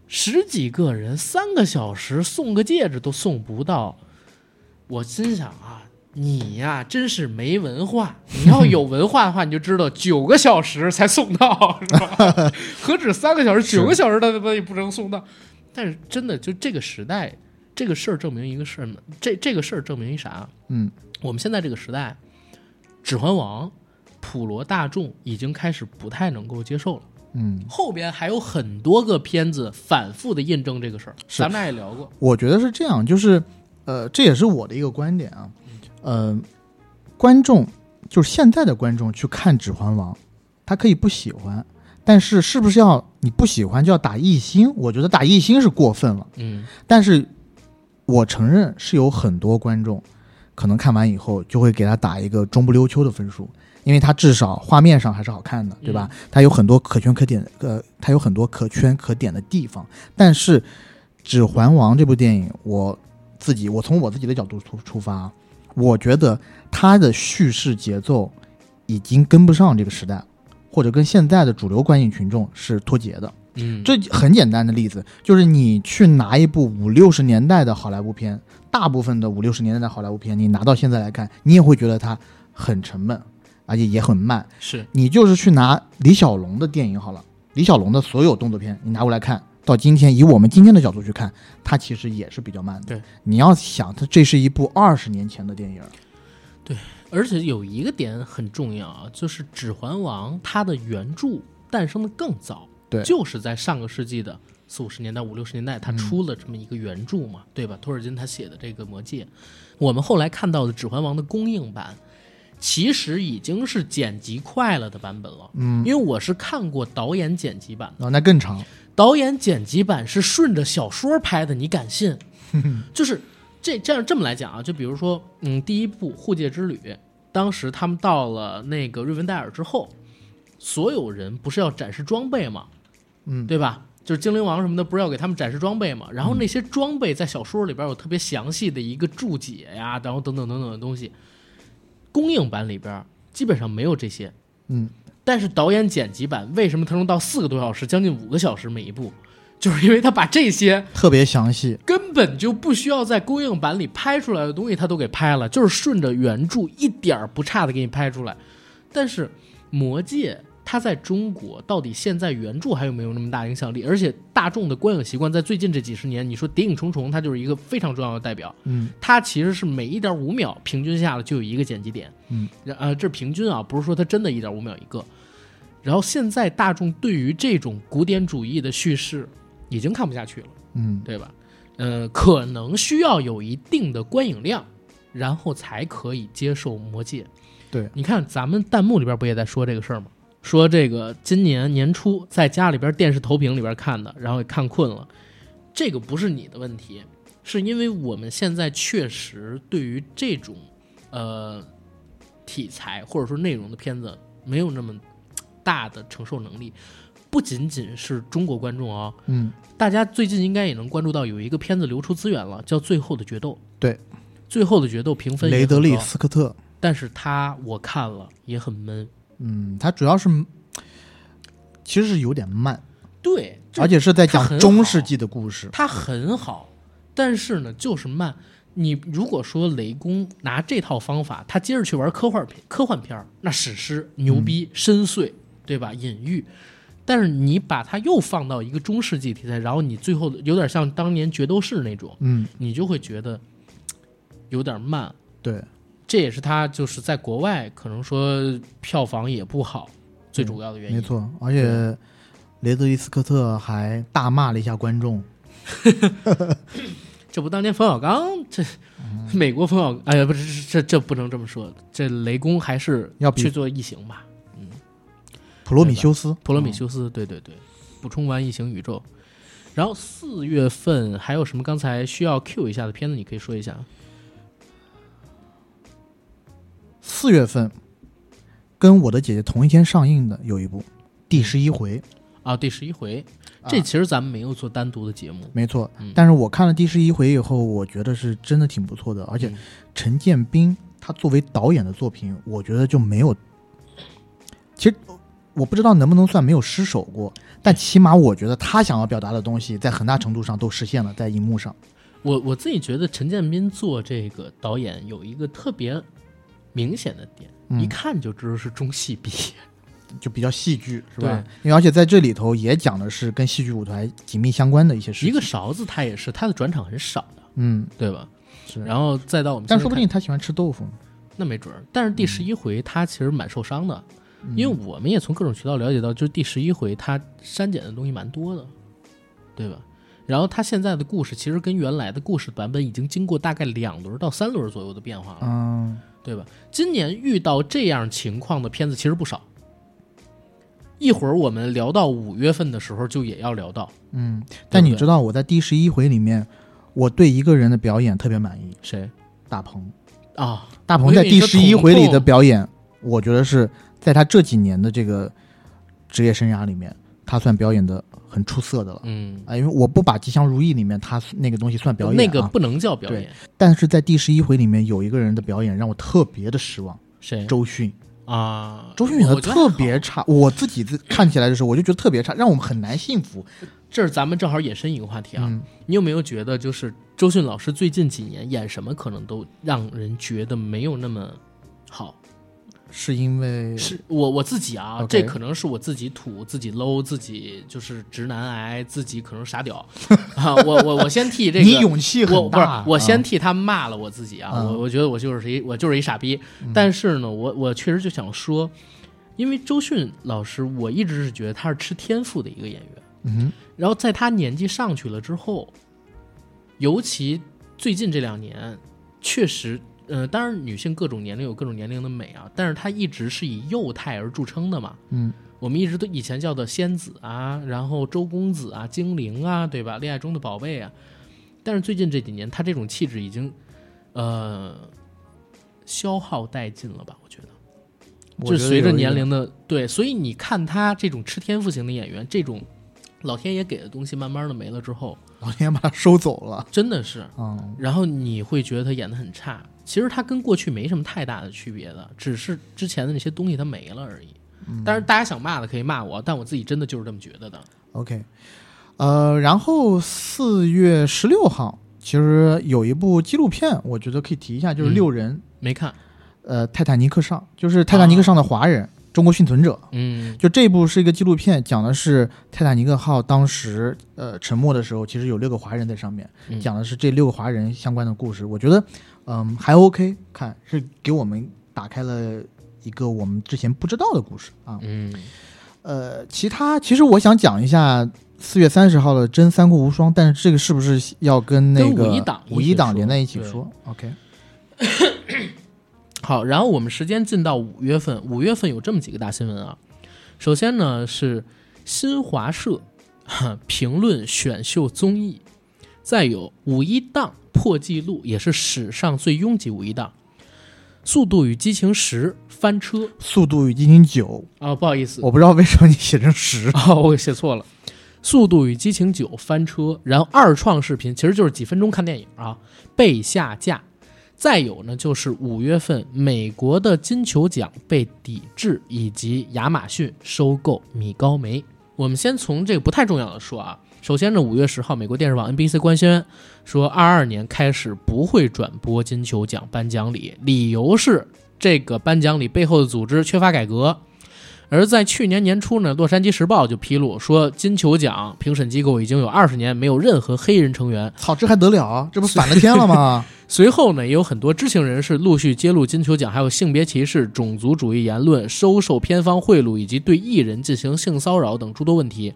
A: 十几个人三个小时送个戒指都送不到，我心想啊。你呀、真是没文化！你要有文化的话，你就知道九个小时才送到，是吧？何止三个小时，九个小时他他妈也不能送到。但是真的，就这个时代，这个事儿证明一个事儿呢，这这个事儿证明一啥？啊
B: 嗯，
A: 我们现在这个时代，《指环王》普罗大众已经开始不太能够接受了。
B: 嗯，
A: 后边还有很多个片子反复的印证这个事儿，
B: 是
A: 咱们俩也聊过。
B: 我觉得是这样，就是呃，这也是我的一个观点啊，呃，观众就是现在的观众去看《指环王》，他可以不喜欢，但是是不是要你不喜欢就要打一星？我觉得打一星是过分了。
A: 嗯，
B: 但是我承认是有很多观众可能看完以后就会给他打一个中不溜秋的分数，因为他至少画面上还是好看的，对吧？嗯它有很多可圈可点，呃，它有很多可圈可点的地方。但是《指环王》这部电影，我自己我从我自己的角度出出发啊，我觉得它的叙事节奏已经跟不上这个时代，或者跟现在的主流观影群众是脱节的。
A: 嗯，
B: 这很简单的例子，就是你去拿一部五六十年代的好莱坞片，大部分的五六十年代的好莱坞片，你拿到现在来看，你也会觉得它很沉闷，而且也很慢。
A: 是
B: 你就是去拿李小龙的电影好了，李小龙的所有动作片，你拿过来看，到今天以我们今天的角度去看，它其实也是比较慢的。
A: 对，
B: 你要想，它这是一部二十年前的电影。
A: 而且有一个点很重要啊，就是《指环王》它的原著诞生的更早，
B: 对
A: 就是在上个世纪的四五十年代、五六十年代，它出了这么一个原著嘛，对吧？托尔金他写的这个《魔戒》，我们后来看到的《指环王》的公映版，其实已经是剪辑快了的版本了。
B: 嗯，
A: 因为我是看过导演剪辑版的，
B: 哦，那更长。
A: 导演剪辑版是顺着小说拍的，你敢信？就是这这样这么来讲啊，就比如说，嗯，第一部《护戒之旅》，当时他们到了那个瑞文戴尔之后，所有人不是要展示装备吗？
B: 嗯
A: 对吧？就是精灵王什么的，不是要给他们展示装备嘛？然后那些装备在小说里边有特别详细的一个注解呀，然后等等等等的东西。公映版里边基本上没有这些，
B: 嗯，
A: 但是导演剪辑版为什么它能到四个多小时，将近五个小时每一部，就是因为他把这些
B: 特别详细。
A: 根本就不需要在公映版里拍出来的东西，他都给拍了，就是顺着原著一点儿不差的给你拍出来。但是《魔戒》它在中国到底现在原著还有没有那么大影响力？而且大众的观影习惯在最近这几十年，你说《谍影重重》它就是一个非常重要的代表。
B: 嗯，
A: 它其实是每一点五秒平均下来就有一个剪辑点。
B: 嗯，
A: 呃，这是平均啊，不是说它真的一点五秒一个。然后现在大众对于这种古典主义的叙事已经看不下去了。
B: 嗯，
A: 对吧？呃，可能需要有一定的观影量，然后才可以接受《魔戒》。
B: 对
A: 你看咱们弹幕里边不也在说这个事儿吗？说这个今年年初在家里边电视投屏里边看的，然后也看困了，这个不是你的问题，是因为我们现在确实对于这种呃题材或者说内容的片子没有那么大的承受能力。不仅仅是中国观众啊、
B: 嗯，
A: 大家最近应该也能关注到有一个片子流出资源了，叫《最后的决斗》。
B: 对
A: 《最后的决斗》评分也
B: 雷德
A: 很
B: 利·
A: 高
B: 斯科特，
A: 但是他我看了也很闷。
B: 嗯，他主要是其实是有点慢，
A: 对，
B: 而且是在
A: 他
B: 讲
A: 很
B: 中
A: 好
B: 世纪的故事。
A: 它很好，但是呢，就是慢。你如果说雷公拿这套方法，他接着去玩科幻片、科幻片儿，那史诗牛
B: 嗯
A: 逼、深邃，对吧？隐喻。但是你把它又放到一个中世纪题材，然后你最后有点像当年决斗士那种，
B: 嗯，
A: 你就会觉得嘖有点慢。
B: 对，
A: 这也是他就是在国外可能说票房也不好最主要的原因。
B: 嗯没错，而且雷德利·斯科特还大骂了一下观众。
A: 这不当年冯小刚这
B: 嗯
A: 美国冯小哎呀不是这这这不能这么说，这雷公还是
B: 要比
A: 去做异形吧，
B: 普罗米修斯，
A: 普罗米修
B: 嗯
A: 斯，对对对，补充完异形宇宙，然后四月份还有什么刚才需要 Q 一下的片子，你可以说一下。
B: 四月份跟我的姐姐同一天上映的有一部《第十一回》，
A: 啊，第十一回，这
B: 啊
A: 其实咱们没有做单独的节目，
B: 没错
A: 嗯。
B: 但是我看了《第十一回》以后，我觉得是真的挺不错的，而且
A: 嗯
B: 陈建斌他作为导演的作品，我觉得就没有，其实。我不知道能不能算没有失手过，但起码我觉得他想要表达的东西，在很大程度上都实现了，在荧幕上。
A: 我我自己觉得陈建斌做这个导演有一个特别明显的点，
B: 嗯
A: 一看就知道是中戏毕业。
B: 就比较戏剧，是吧？因为而且在这里头也讲的是跟戏剧舞台紧密相关的一些事情。
A: 一个勺子他也是，他的转场很少的，
B: 嗯，
A: 对吧？
B: 是。
A: 然后再到我们现在看，
B: 但说不定嗯他喜欢吃豆腐呢。
A: 那没准儿。但是第十一回他其实蛮受伤的，
B: 嗯
A: 因为我们也从各种渠道了解到，就是第十一回他删减的东西蛮多的，对吧？然后他现在的故事其实跟原来的故事版本已经经过大概两轮到三轮左右的变化了，
B: 嗯，
A: 对吧？今年遇到这样情况的片子其实不少。一会儿我们聊到五月份的时候，就也要聊到
B: 嗯
A: 对
B: 但你
A: 不对
B: 知道我在第十一回里面，我对一个人的表演特别满意，
A: 谁
B: 大鹏。
A: 啊？
B: 大
A: 我
B: 鹏
A: 以为
B: 在
A: 你
B: 第
A: 说
B: 十一回里
A: 彤
B: 的
A: 彤
B: 表演，我觉得是在他这几年的这个职业生涯里面，他算表演的很出色的了。
A: 嗯，
B: 啊，因为我不把《吉祥如意》里面他那个东西算表演、啊，
A: 那个不能叫表
B: 对
A: 演，
B: 但是在第十一回里面有一个人的表演让我特别的失望，
A: 谁
B: 周迅。
A: 啊？
B: 周迅演
A: 我
B: 的
A: 觉得
B: 特
A: 还好
B: 别差，我自己自看起来的时候，我就觉得特别差，让我们很难信服。
A: 这儿咱们正好引申一个话题啊，
B: 嗯
A: 你有没有觉得就是周迅老师最近几年演什么可能都让人觉得没有那么好？
B: 是因为
A: 是我我自己啊
B: OK
A: 这可能是我自己土、自己 low、自己就是直男癌、自己可能傻屌 啊！我我我先替这个
B: 你勇气
A: 我
B: 很
A: 不是
B: 大。，
A: 我先
B: 啊
A: 替他骂了我自己啊！
B: 嗯
A: 我我觉得我就是一我就是一傻逼，但是呢，我我确实就想说，因为周迅老师，我一直是觉得他是吃天赋的一个演员。
B: 嗯
A: 然后在他年纪上去了之后，尤其最近这两年，确实，呃，当然女性各种年龄有各种年龄的美啊，但是她一直是以幼态而著称的嘛。
B: 嗯，
A: 我们一直都以前叫的仙子啊，然后周公子啊、精灵啊，对吧？恋爱中的宝贝啊，但是最近这几年，她这种气质已经，呃，消耗殆尽了吧？我觉得。
B: 我
A: 就
B: 觉得
A: 随着
B: 有一
A: 年
B: 点
A: 龄的对，所以你看他这种吃天赋型的演员，这种老天爷给的东西慢慢的没了之后，
B: 老天把他收走了。
A: 真的是，
B: 嗯，
A: 然后你会觉得他演的很差。其实他跟过去没什么太大的区别的，只是之前的那些东西他没了而已。
B: 嗯
A: 但是大家想骂的可以骂我，但我自己真的就是这么觉得的。
B: OK，呃，然后四月十六号，其实有一部纪录片，我觉得可以提一下，就是
A: 嗯
B: 六人，
A: 没看，
B: 呃，《泰坦尼克上》，就是《泰坦尼
A: 啊
B: 克上的华人》中国幸存者。
A: 嗯
B: 就这部是一个纪录片，讲的是泰坦尼克号当时呃沉没的时候，其实有六个华人在上面，
A: 嗯
B: 讲的是这六个华人相关的故事。我觉得，嗯，还 OK，看是给我们打开了一个我们之前不知道的故事啊。
A: 嗯
B: 呃，其他其实我想讲一下四月三十号的《真三国无双》，但是这个是不是要跟那个
A: 跟五一档
B: 五一档连在一
A: 一
B: 起
A: 起
B: 说？OK，
A: 好，然后我们时间进到五月份，五月份有这么几个大新闻啊。首 先呢是新华社评论选秀综艺再有五一档破纪录，也是史上最拥挤五一档，《速度与激情十》翻车
B: 《速度与激情九
A: 啊、不好意思》，，
B: 我不知道为什么你写 成十。
A: 哦，我写错了，《速度与激情九》翻车，然后二创视频其实就是几分钟看电影啊，被下架。再有呢，就是五月份美国的金球奖被抵制，以及亚马逊收购米高梅。我们先从这个不太重要的说啊。首先呢，五月十号，美国电视网 NBC 官宣说，二二年开始不会转播金球奖颁奖礼，理由是这个颁奖礼背后的组织缺乏改革，而在去年年初呢，《洛杉矶时报》就披露说，金球奖评审机构已经有二十年没有任何黑人成员。
B: 操，这还得了啊？这不反了天了吗？
A: 随后呢，也有很多知情人士陆续揭露金球奖还有性别歧视、种族主义言论、收受偏方贿赂以及对艺人进行性骚扰等诸多问题。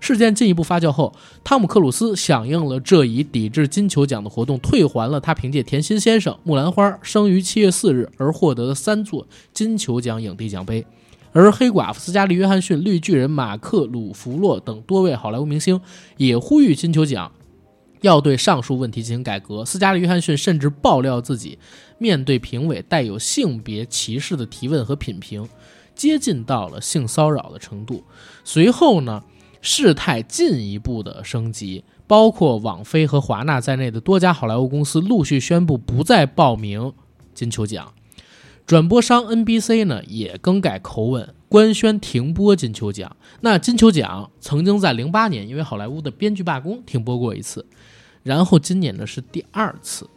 A: 事件进一步发酵后，汤姆·克鲁斯响应了这一抵制金球奖的活动，退还了他凭借《甜心先生》《木兰花》生于七月四日而获得的三座金球奖影帝奖杯。而黑寡妇斯嘉丽·约翰逊、绿巨人马克·鲁弗洛等多位好莱坞明星也呼吁金球奖要对上述问题进行改革。斯嘉丽·约翰逊甚至爆料自己面对评委带有性别歧视的提问和品评，接近到了性骚扰的程度。随后呢，事态进一步的升级，包括网飞和华纳在内的多家好莱坞公司陆续宣布不再报名金球奖。转播商 NBC 呢也更改口吻，官宣停播金球奖。那金球奖曾经在零八年因为好莱坞的编剧罢工停播过一次，然后今年呢是第二次，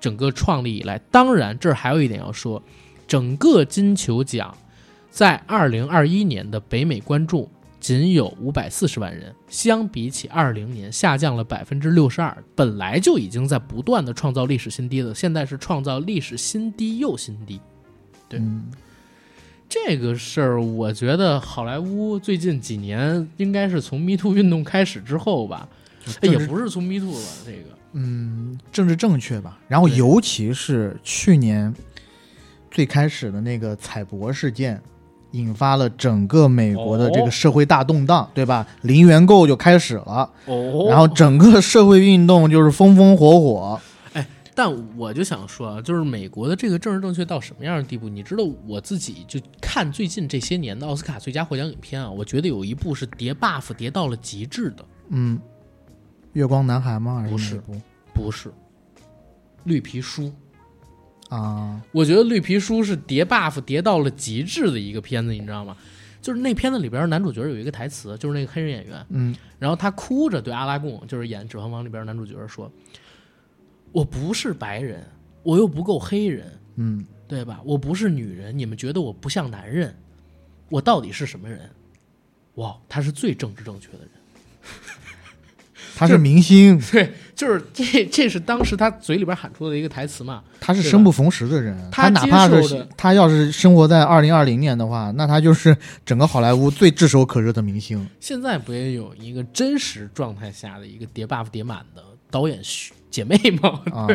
A: 整个创立以来，当然这儿还有一点要说，整个金球奖在二零二一年的北美观众仅有五百四十万人，相比起二零年下降了百分之六十二，本来就已经在不断的创造历史新低了，现在是创造历史新低又新低。对
B: 嗯
A: 这个事儿，我觉得好莱坞最近几年应该是从 Me Too 运动开始之后吧，哎也不是从 Me Too 吧，这个
B: 嗯，政治正确吧。然后
A: 对
B: 尤其是去年最开始的那个采博事件，引发了整个美国的这
A: 哦
B: 个社会大动荡，对吧？零元购就开始了，
A: 哦
B: 然后整个社会运动就是风风火火。
A: 但我就想说啊，就是美国的这个政治正确到什么样的地步？你知道我自己就看最近这些年的奥斯卡最佳获奖影片啊，我觉得有一部是叠 buff 叠到了极致的，
B: 嗯，月光男孩吗？还
A: 不
B: 是
A: 是
B: 哪部
A: 不是《绿皮书》。
B: 啊？
A: 我觉得《绿皮书》是叠 buff 叠到了极致的一个片子，你知道吗？就是那片子里边男主角有一个台词，就是那个黑人演员，
B: 嗯，
A: 然后他哭着对阿拉贡，就是演《指环王》里边男主角说：“我不是白人，我又不够黑人，
B: 嗯，
A: 对吧？我不是女人，你们觉得我不像男人，我到底是什么人？”哇，他是最政治正确的人。
B: 他是明星，
A: 对，就是这，这是当时他嘴里边喊出的一个台词嘛。
B: 他是
A: 对吧
B: 生不逢时的人。
A: 他
B: 哪怕
A: 接受
B: 是
A: 的
B: 他要是生活在二零二零年的话，那他就是整个好莱坞最炙手可热的明 星。
A: 现在不也有一个真实状态下的一个叠 buff 叠满的导演许姐妹吗？
B: 啊，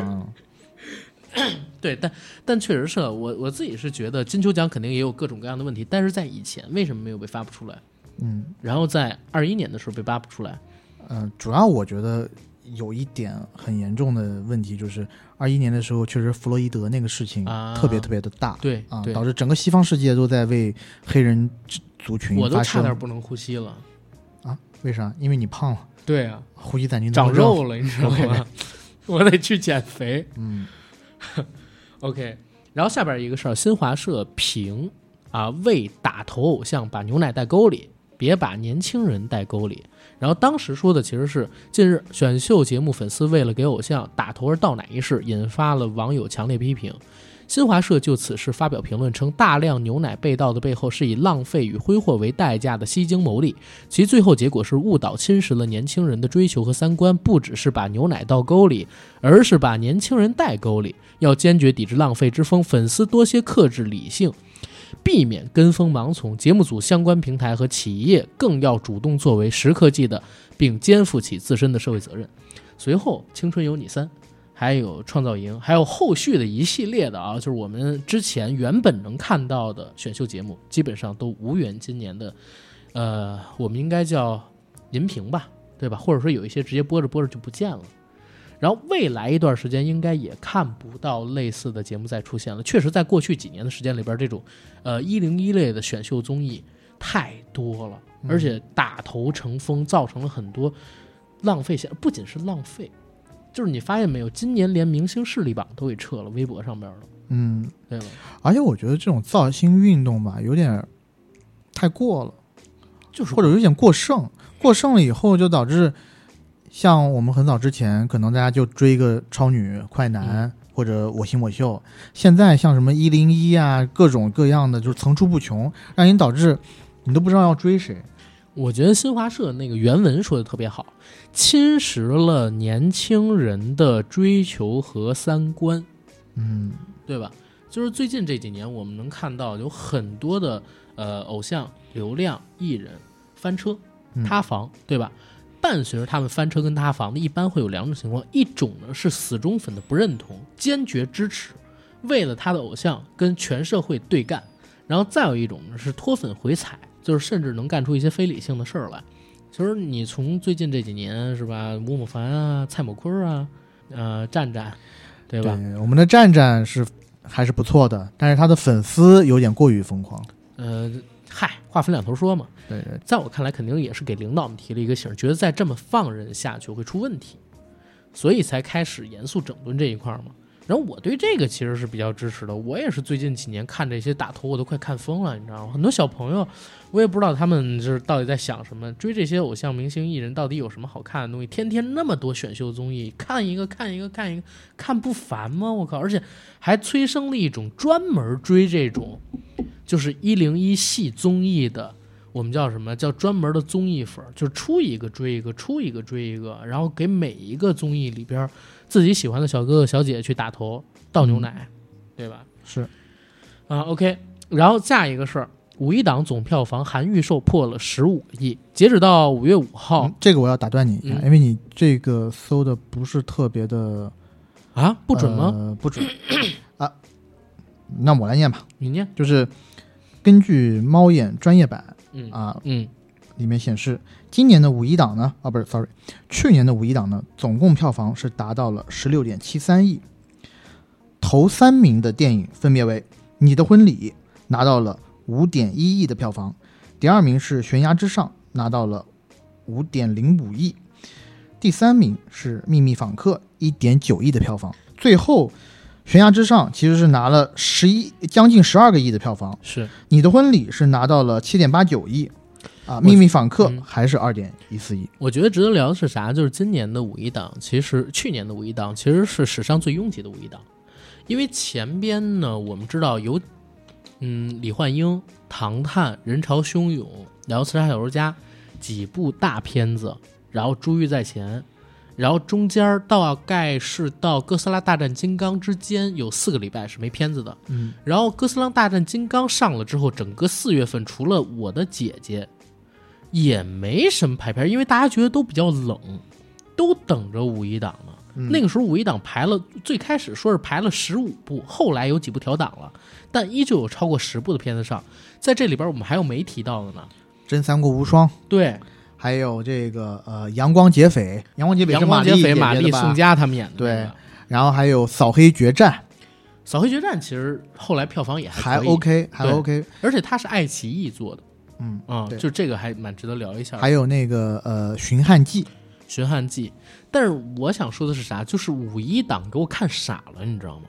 A: 对，但但确实是啊我我自己是觉得金球奖肯定也有各种各样的问题，但是在以前为什么没有被发布出来？
B: 嗯
A: 然后在二一年的时候被发布出来，
B: 呃，主要我觉得有一点很严重的问题就是，二一年的时候确实弗洛伊德那个事情
A: 啊
B: 特别特别的大
A: 对
B: 啊，
A: 对
B: 导，致整个西方世界都在为黑人族群
A: 我都
B: 发
A: 差点
B: 声
A: 不能呼吸了。
B: 啊，为啥？因为你胖了，
A: 对啊，
B: 呼吸暂停
A: 长
B: 综合
A: 肉
B: 症
A: 了，你知道吗？我得去减肥。
B: 嗯
A: OK，然后下边一个事儿，新华社评啊，为打头偶像把牛奶带沟里，别把年轻人带沟里。然后当时说的其实是，近日选秀节目粉丝为了给偶像打头而倒奶一事，引发了网友强烈批评。新华社就此事发表评论称，大量牛奶被盗的背后是以浪费与挥霍为代价的吸睛牟利，其最后结果是误导侵蚀了年轻人的追求和三观，不只是把牛奶倒沟里，而是把年轻人带沟里。要坚决抵制浪费之风，粉丝多些克制理性，避免跟风盲从。节目组、相关平台和企业更要主动作为，时刻记得，并肩负起自身的社会责任。随后，《青春有你三》。还有创造营，还有后续的一系列的啊，就是我们之前原本能看到的选秀节目，基本上都无缘今年的，呃，我们应该叫银屏吧，对吧？或者说有一些直接播着播着就不见了。然后未来一段时间应该也看不到类似的节目再出现了。确实，在过去几年的时间里边，这种呃一零一类的选秀综艺太多了，而且打头成风，造成了很多浪费钱，不仅是浪费，就是你发现没有，今年连明星势力榜都给撤了，微博上边了，
B: 嗯，
A: 对吧？
B: 而且我觉得这种造星运动吧，有点儿太过了，
A: 就是
B: 或者有点过剩，过剩了以后就导致，像我们很早之前可能大家就追一个超女、快
A: 嗯
B: 男、或者我型我秀，现在像什么一零一啊，各种各样的就是层出不穷，让你导致你都不知道要追谁。
A: 我觉得新华社那个原文说的特别好，侵蚀了年轻人的追求和三观，
B: 嗯
A: 对吧？就是最近这几年，我们能看到有很多的呃偶像、流量艺人翻车
B: 嗯、
A: 塌房，对吧？伴随着他们翻车跟塌房的，一般会有两种情况：一种呢是死忠粉的不认同、坚决支持，为了他的偶像跟全社会对干；然后再有一种呢是脱粉回踩，就是甚至能干出一些非理性的事儿来。其实你从最近这几年是吧，吴某凡啊、蔡某坤啊、呃战战，对吧？
B: 对，我们的战战是还是不错的，但是他的粉丝有点过于疯狂。
A: 呃，嗨，话分两头说嘛。
B: 对对，
A: 在我看来，肯定也是给领导们提了一个醒儿，觉得再这么放任下去会出问题，所以才开始严肃整顿这一块儿嘛。然后我对这个其实是比较支持的，我也是最近几年看这些打头，我都快看疯了，你知道吗？很多小朋友，我也不知道他们就是到底在想什么，追这些偶像明星艺人到底有什么好看的东西？天天那么多选秀综艺，看一个看一个看一个，看不烦吗？我靠！而且还催生了一种专门追这种，就是一零一系综艺的我们叫什么叫专门的综艺粉儿，就是出一个追一个，出一个追一个，然后给每一个综艺里边儿自己喜欢的小哥哥小姐姐去打头倒牛奶，对吧？
B: 是
A: 啊，OK。然后下一个事儿，五一档总票房含预售破了十五个亿，截止到五月五号、
B: 嗯这个我要打断你一下，
A: 哦嗯
B: 因为你这个搜的不是特别的
A: 啊，不准吗？
B: 呃、不准 啊。那我来念吧，
A: 你念，
B: 就是根据猫眼专业版
A: 嗯
B: 啊，
A: 嗯
B: 里面显示，今年的五一档呢，啊不是，sorry，去年的五一档呢，总共票房是达到了十六点七三亿。头三名的电影分别为《你的婚礼》拿到了五点一亿的票房，第二名是《悬崖之上》拿到了五点零五亿，第三名是《秘密访客》一点九亿的票房，最后。悬崖之上其实是拿了十一将近十二个亿的票房，
A: 是
B: 你的婚礼是拿到了七点八九亿，啊，
A: 我
B: 秘密访客
A: 嗯
B: 还是二点一四亿，
A: 我觉得值得聊的是啥？就是今年的五一档，其实去年的五一档其实是史上最拥挤的五一档，因为前边呢，我们知道有，嗯，李焕英、唐探、人潮汹涌，然后刺杀小说家几部大片子，然后珠玉在前，然后中间儿大概是到哥斯拉大战金刚之间有四个礼拜是没片子的，
B: 嗯，
A: 然后《哥斯拉大战金刚》上了之后，整个四月份除了我的姐姐，也没什么排片，因为大家觉得都比较冷，都等着五一档呢。
B: 嗯
A: 那个时候五一档排了，最开始说是排了十五部，后来有几部调档了，但依旧有超过十部的片子上。在这里边，我们还有没提到的呢？
B: 真三国无双，
A: 对，
B: 还有这个呃阳光劫匪，阳光劫
A: 《
B: 匪
A: 阳
B: 是
A: 光
B: 玛丽
A: 劫匪》
B: 演
A: 马
B: 的
A: 丽、
B: 吧
A: 宋佳他们演的那
B: 对
A: 个，《
B: 然后还有扫黑决战，
A: 扫黑决战》，其实后来票房也
B: 还
A: 可以
B: OK 还
A: 对
B: OK，
A: 而且它是爱奇艺做的，
B: 嗯
A: 啊、
B: 对
A: 就这个还蛮值得聊一下的。
B: 还有那个呃寻汉记，
A: 《寻汉记》，但是我想说的是啥？就是五一档给我看傻了，你知道吗？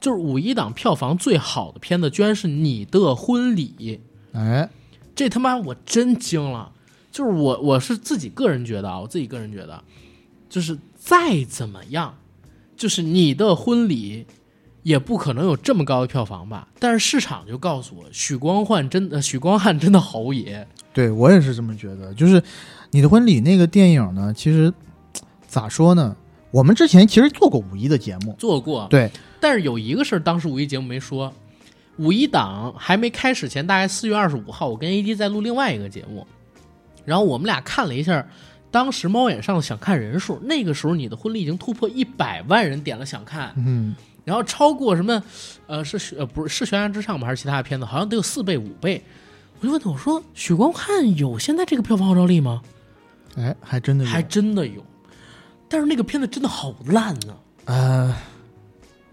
A: 就是五一档票房最好的片子，居然是《你的婚礼
B: 哎，》，
A: 这他妈我真惊了。就是我我是自己个人觉得啊，我自己个人觉得，就是再怎么样，就是《你的婚礼》也不可能有这么高的票房吧？但是市场就告诉我，许光汉真的许光汉真的好野，
B: 对我也是这么觉得，就是你的婚礼那个电影呢，其实咋说呢，我们之前其实做过五一的节目，
A: 做过
B: 对，
A: 但是有一个事儿，当时五一节目没说，五一档还没开始前，大概四月二十五号，我跟 AD 在录另外一个节目，然后我们俩看了一下，当时猫眼上的想看人数，那个时候你的婚礼已经突破一百万人点了想看，
B: 嗯，
A: 然后超过什么，呃，是呃不是是悬崖之上吗？还是其他的片子？好像得有四倍五倍。我就问他，我说许光汉有现在这个票房号召力吗？
B: 哎，还真的有
A: 还真的有。但是那个片子真的好烂啊！
B: 呃，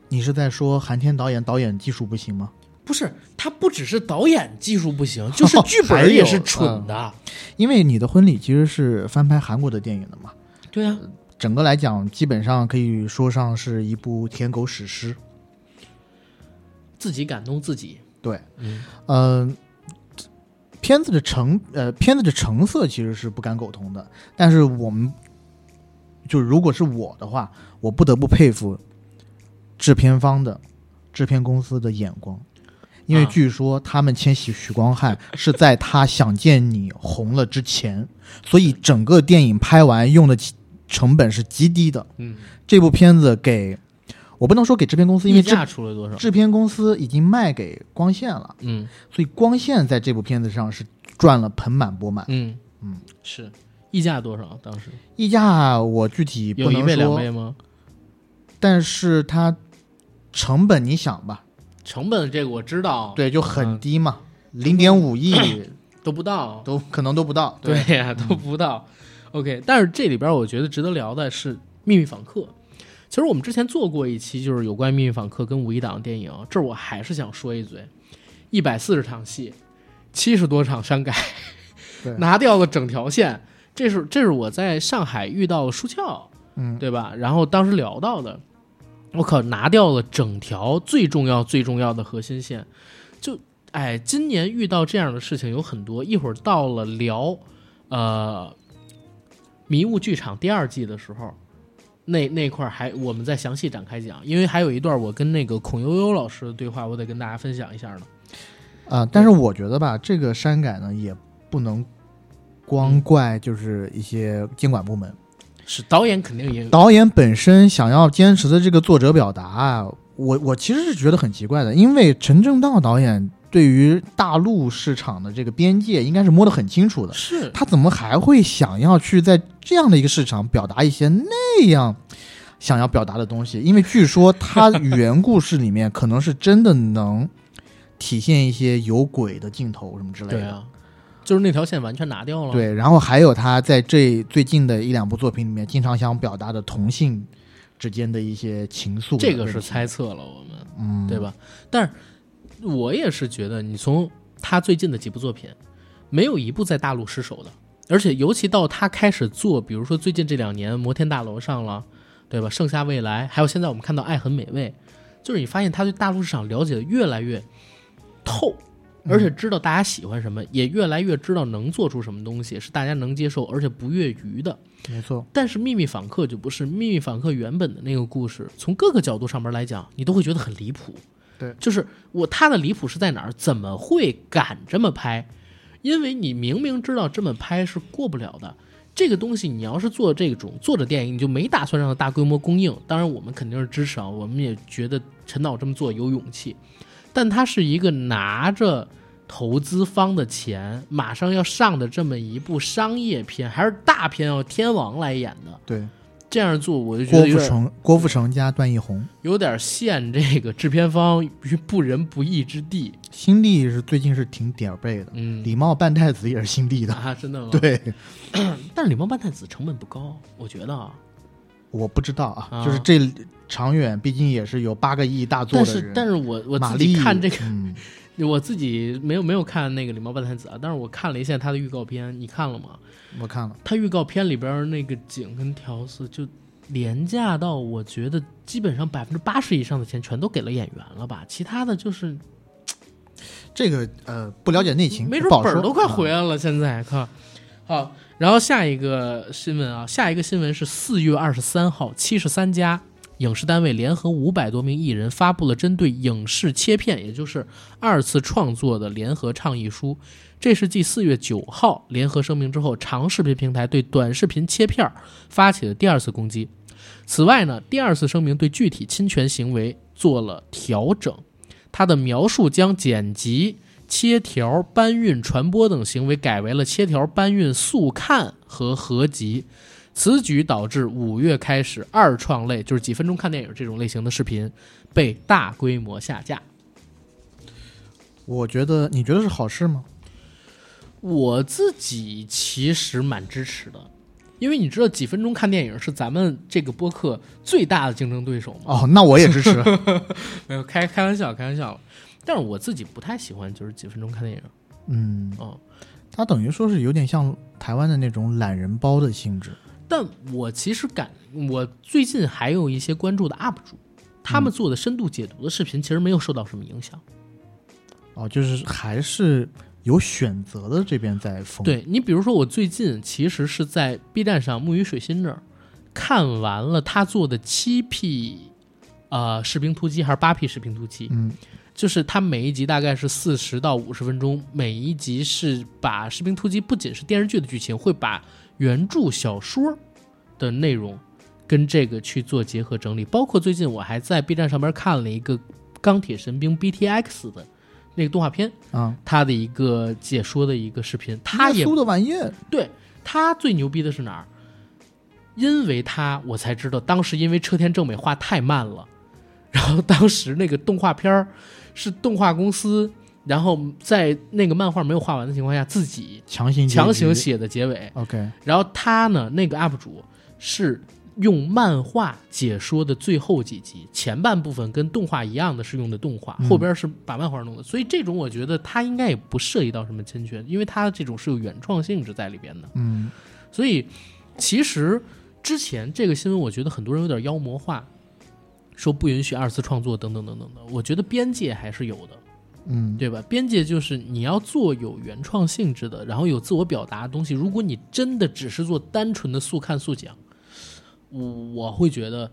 B: 你是在说韩天导演导演技术不行吗？
A: 不是，他不只是导演技术不行，就是
B: 哦
A: 剧
B: 还
A: 本也
B: 有
A: 是蠢的。
B: 因为你的婚礼其实是翻拍韩国的电影的嘛，
A: 对啊，
B: 整个来讲基本上可以说上是一部舔狗史诗。
A: 自己感动自己。
B: 对，
A: 嗯，
B: 呃，片子的成呃片子的成色其实是不敢苟同的，但是我们就如果是我的话，我不得不佩服制片方的制片公司的眼光，因为
A: 啊
B: 据说他们签许许光汉是在他《想见你》红了之前，所以整个电影拍完用的其成本是极低的。
A: 嗯，
B: 这部片子给我不能说给制片公司，因
A: 溢
B: 为制
A: 价出了多少？
B: 制片公司已经卖给光线了。
A: 嗯
B: 所以光线在这部片子上是赚了盆满钵满。
A: 嗯
B: 嗯，
A: 是溢价多少？当时
B: 溢价我具体不
A: 有一
B: 能
A: 位两位
B: 说，
A: 吗？
B: 但是它成本你想吧，
A: 成本这个我知道，，
B: 对，
A: 嗯
B: 就很低嘛，零点五亿
A: 都不到，
B: 都可能都不到。
A: 对，呀、都不到。OK，但是这里边我觉得值得聊的是《秘密访客》。其实我们之前做过一期，就是有关《秘密访客》跟五一档的电影，这儿我还是想说一嘴：一百四十场戏，七十多场删改
B: 对，
A: 拿掉了整条线。这是这是我在上海遇到舒翘，
B: 嗯，
A: 对吧？然后当时聊到的，我靠，拿掉了整条最重要最重要的核心线，就哎，今年遇到这样的事情有很多。一会儿到了聊，呃，迷雾剧场第二季的时候，那那块儿还我们再详细展开讲，因为还有一段我跟那个孔悠悠老师的对话，我得跟大家分享一下呢。
B: 啊、但是我觉得吧，这个删改呢也不能光怪就是一些监管部门，
A: 是导演肯定也有
B: 导演本身想要坚持的这个作者表达啊，我我其实是觉得很奇怪的，因为陈正道导演对于大陆市场的这个边界应该是摸得很清楚的，
A: 是
B: 他怎么还会想要去在这样的一个市场表达一些那样想要表达的东西？因为据说他 原故事里面可能是真的能体现一些有鬼的镜头什么之类
A: 对
B: 的。
A: 啊，就是那条线完全拿掉了。
B: 对，然后还有他在这最近的一两部作品里面，经常想表达的同性之间的一些情愫，
A: 这个是猜，测了我们。
B: 嗯，
A: 对？吧？但是我也是觉得，你从他最近的几部作品，没有一部在大陆失手的，而且尤其到他开始做，比如说最近这两年《摩天大楼》上了，对吧？《盛夏未来》，还有现在我们看到《爱很美味》，就是你发现他对大陆市场了解的越来越透。而
B: 嗯
A: 且知道大家喜欢什么，也越来越知道能做出什么东西是大家能接受，而且不越余的。
B: 没错，
A: 但是《秘密访客》就不是，《秘密访客》原本的那个故事，从各个角度上面来讲，你都会觉得很离谱。
B: 对
A: 就是我他的离谱是在哪儿？怎么会敢这么拍？因为你明明知道这么拍是过不了的。这个东西你要是做这种作者电影，你就没打算让它大规模供应。当然，我们肯定是支持啊，我们也觉得陈导这么做有勇气。但他是一个拿着投资方的钱，马上要上的这么一部商业片，还是大片哦，天王来演的，
B: 对，
A: 这样做我就觉
B: 郭
A: 得有
B: 富
A: 点
B: 城、郭富城加段奕宏，
A: 有点陷这个制片方于不仁不义之地。
B: 新力是最近是挺点儿背的，
A: 嗯，
B: 李茂半太子也是新力的，
A: 啊，真的吗？，
B: 对，
A: 但是李茂半太子成本不高，我觉得啊。
B: 我不知道啊，
A: 啊
B: 就是这长远毕竟也是有八个亿大作
A: 但
B: 的
A: 是
B: 人，
A: 但是我我
B: 马
A: 自
B: 丽
A: 己看这个，
B: 嗯，
A: 我自己没有没有看那个李茂半太子啊，但是我看了一下他的预告片，你看了吗？
B: 我看了，
A: 他预告片里边那个景跟调色就廉价到我觉得基本上百分之八十以上的钱全都给了演员了吧，其他的就是
B: 这个呃不了解内情，
A: 没准
B: 不好
A: 本儿
B: 说
A: 都快回
B: 啊
A: 来了，现在靠。好，然后下一个新闻啊，下一个新闻是四月二十三号，七十三家影视单位联合五百多名艺人发布了针对影视切片，也就是二次创作的联合倡议书。这是继四月九号联合声明之后，长视频平台对短视频切片儿发起的第二次攻击。此外呢，第二次声明对具体侵权行为做了调整，它的描述将剪辑、切条、搬运、传播等行为改为了切条、搬运、速看和合集。此举导致五月开始，二创类就是几分钟看电影这种类型的视频被大规模下架。
B: 我觉得你觉得是好事吗？
A: 我自己其实蛮支持的，因为你知道几分钟看电影是咱们这个播客最大的竞争对手吗？
B: 哦，那我也 支持。
A: 没有开开玩笑，开玩笑。但是我自己不太喜欢就是几分钟看电影，
B: 嗯，
A: 嗯。
B: 它等于说是有点像台湾的那种懒人包的性质。
A: 但我其实感，我最近还有一些关注的 UP 主，他们做的深度解读的视频其实没有受到什么影响。
B: 哦，就是还是有选择的这边在封。，
A: 对你，比如说我最近其实是在 B 站上木鱼水心那儿看完了他做的七 P，呃，士兵突击还是八 P 士兵突击，
B: 嗯，
A: 就是它每一集大概是四十到五十分钟，每一集是把《士兵突击》不仅是电视剧的剧情，会把原著小说的内容跟这个去做结合整理。包括最近我还在 B 站上面看了一个《钢铁神兵 BTX》的那个动画片，
B: 啊，
A: 它的一个解说的一个视频，它也
B: 搜的玩意儿
A: 对他最牛逼的是哪儿？因为他我才知道，当时因为车田正美画太慢了，然后当时那个动画片儿是动画公司，然后在那个漫画没有画完的情况下，自己
B: 强行
A: 强
B: 结
A: 行
B: 局。
A: 写的结尾。
B: OK，
A: 然后他呢，那个 UP 主是用漫画解说的最后几集，前半部分跟动画一样的是用的动画，
B: 嗯
A: 后边是把漫画弄的。所以这种我觉得他应该也不涉及到什么侵权，因为他这种是有原创性质在里边的。
B: 嗯，
A: 所以其实之前这个新闻，我觉得很多人有点妖魔化，说不允许二次创作等等等等的。我觉得边界还是有的，
B: 嗯，
A: 对吧？边界就是你要做有原创性质的，然后有自我表达的东西。如果你真的只是做单纯的速看速讲，我我会觉得。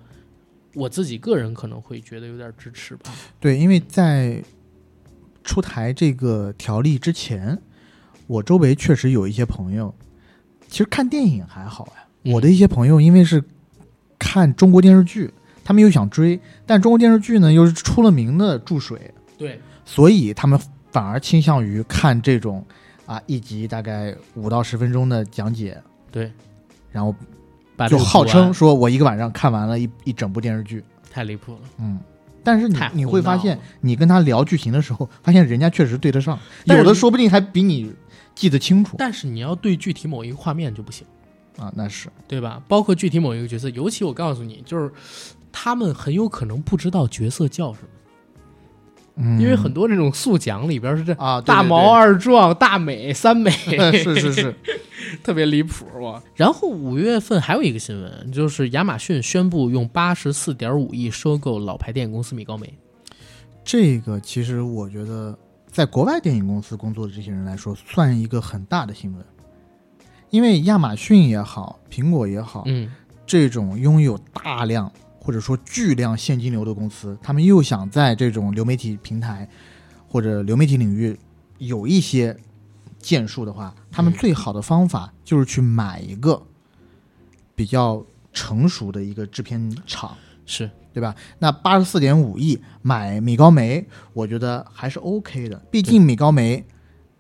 A: 我自己个人可能会觉得有点支持吧，
B: 对，因为在出台这个条例之前，我周围确实有一些朋友，其实看电影还好呀。
A: 嗯
B: 我的一些朋友因为是看中国电视剧，他们又想追，但中国电视剧呢又是出了名的注水，
A: 对，
B: 所以他们反而倾向于看这种啊一集大概五到十分钟的讲解，
A: 对，
B: 然后
A: 把
B: 就
A: 这个
B: 号
A: 做完
B: 称说我一个晚上看完了一一整部电视剧。
A: 太离谱了，
B: 嗯，但是你
A: 太
B: 你
A: 胡
B: 会发
A: 闹
B: 现
A: 了，
B: 你跟他聊剧情的时候，发现人家确实对得上，
A: 但
B: 有
A: 是
B: 的
A: 你
B: 说不定还比你记得清楚
A: 但是你要对具体某一个画面就不行。
B: 啊。那是，
A: 对吧？包括具体某一个角色，尤其我告诉你，就是他们很有可能不知道角色叫什么，
B: 嗯，
A: 因为很多这种速讲里边是这
B: 啊，对
A: 大
B: 对
A: 毛二壮、大美三美，
B: 对是是是，
A: 特别离谱哇。然后五月份还有一个新闻，就是亚马逊宣布用八十四点五亿收购老牌电影公司米高梅。
B: 这个其实我觉得，在国外电影公司工作的这些人来说，算一个很大的新闻，因为亚马逊也好，苹果也好，
A: 嗯，
B: 这种拥有大量或者说巨量现金流的公司，他们又想在这种流媒体平台或者流媒体领域有一些建树的话，他们
A: 嗯
B: 最好的方法就是去买一个比较成熟的一个制片厂，
A: 是
B: 对吧？那八十四点五亿买米高梅，我觉得还是 OK 的，毕竟米高梅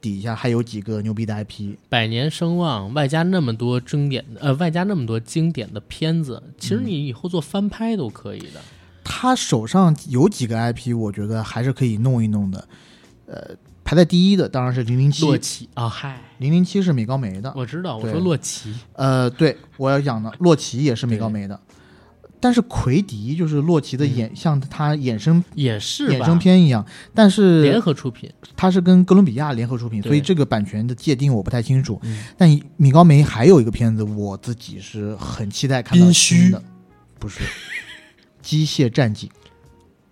B: 底下还有几个牛逼的 IP，
A: 百年声望，外加那么多经典，呃，外加那么多经典的片子，其
B: 嗯
A: 实你以后做翻拍都可以的。
B: 他手上有几个 IP，我觉得还是可以弄一弄的。呃，排在第一的当然是零零七
A: 洛，奇啊，嗨，
B: 零零七是米高梅的。
A: 我知道，我说
B: 对
A: 洛奇，
B: 呃，对我要讲的洛奇也是米高梅的，但是奎迪就是洛奇的
A: 嗯
B: 衍，像他衍生
A: 也是
B: 衍
A: 吧？
B: 生片一样，但
A: 联
B: 是
A: 合出品，
B: 他是跟哥伦比亚联合出品，
A: 对
B: 所以这个版权的界定我不太清楚。
A: 嗯
B: 但米高梅还有一个片子，我自己是很期待看到
A: 宾虚
B: 新的，不是《 机械战警》。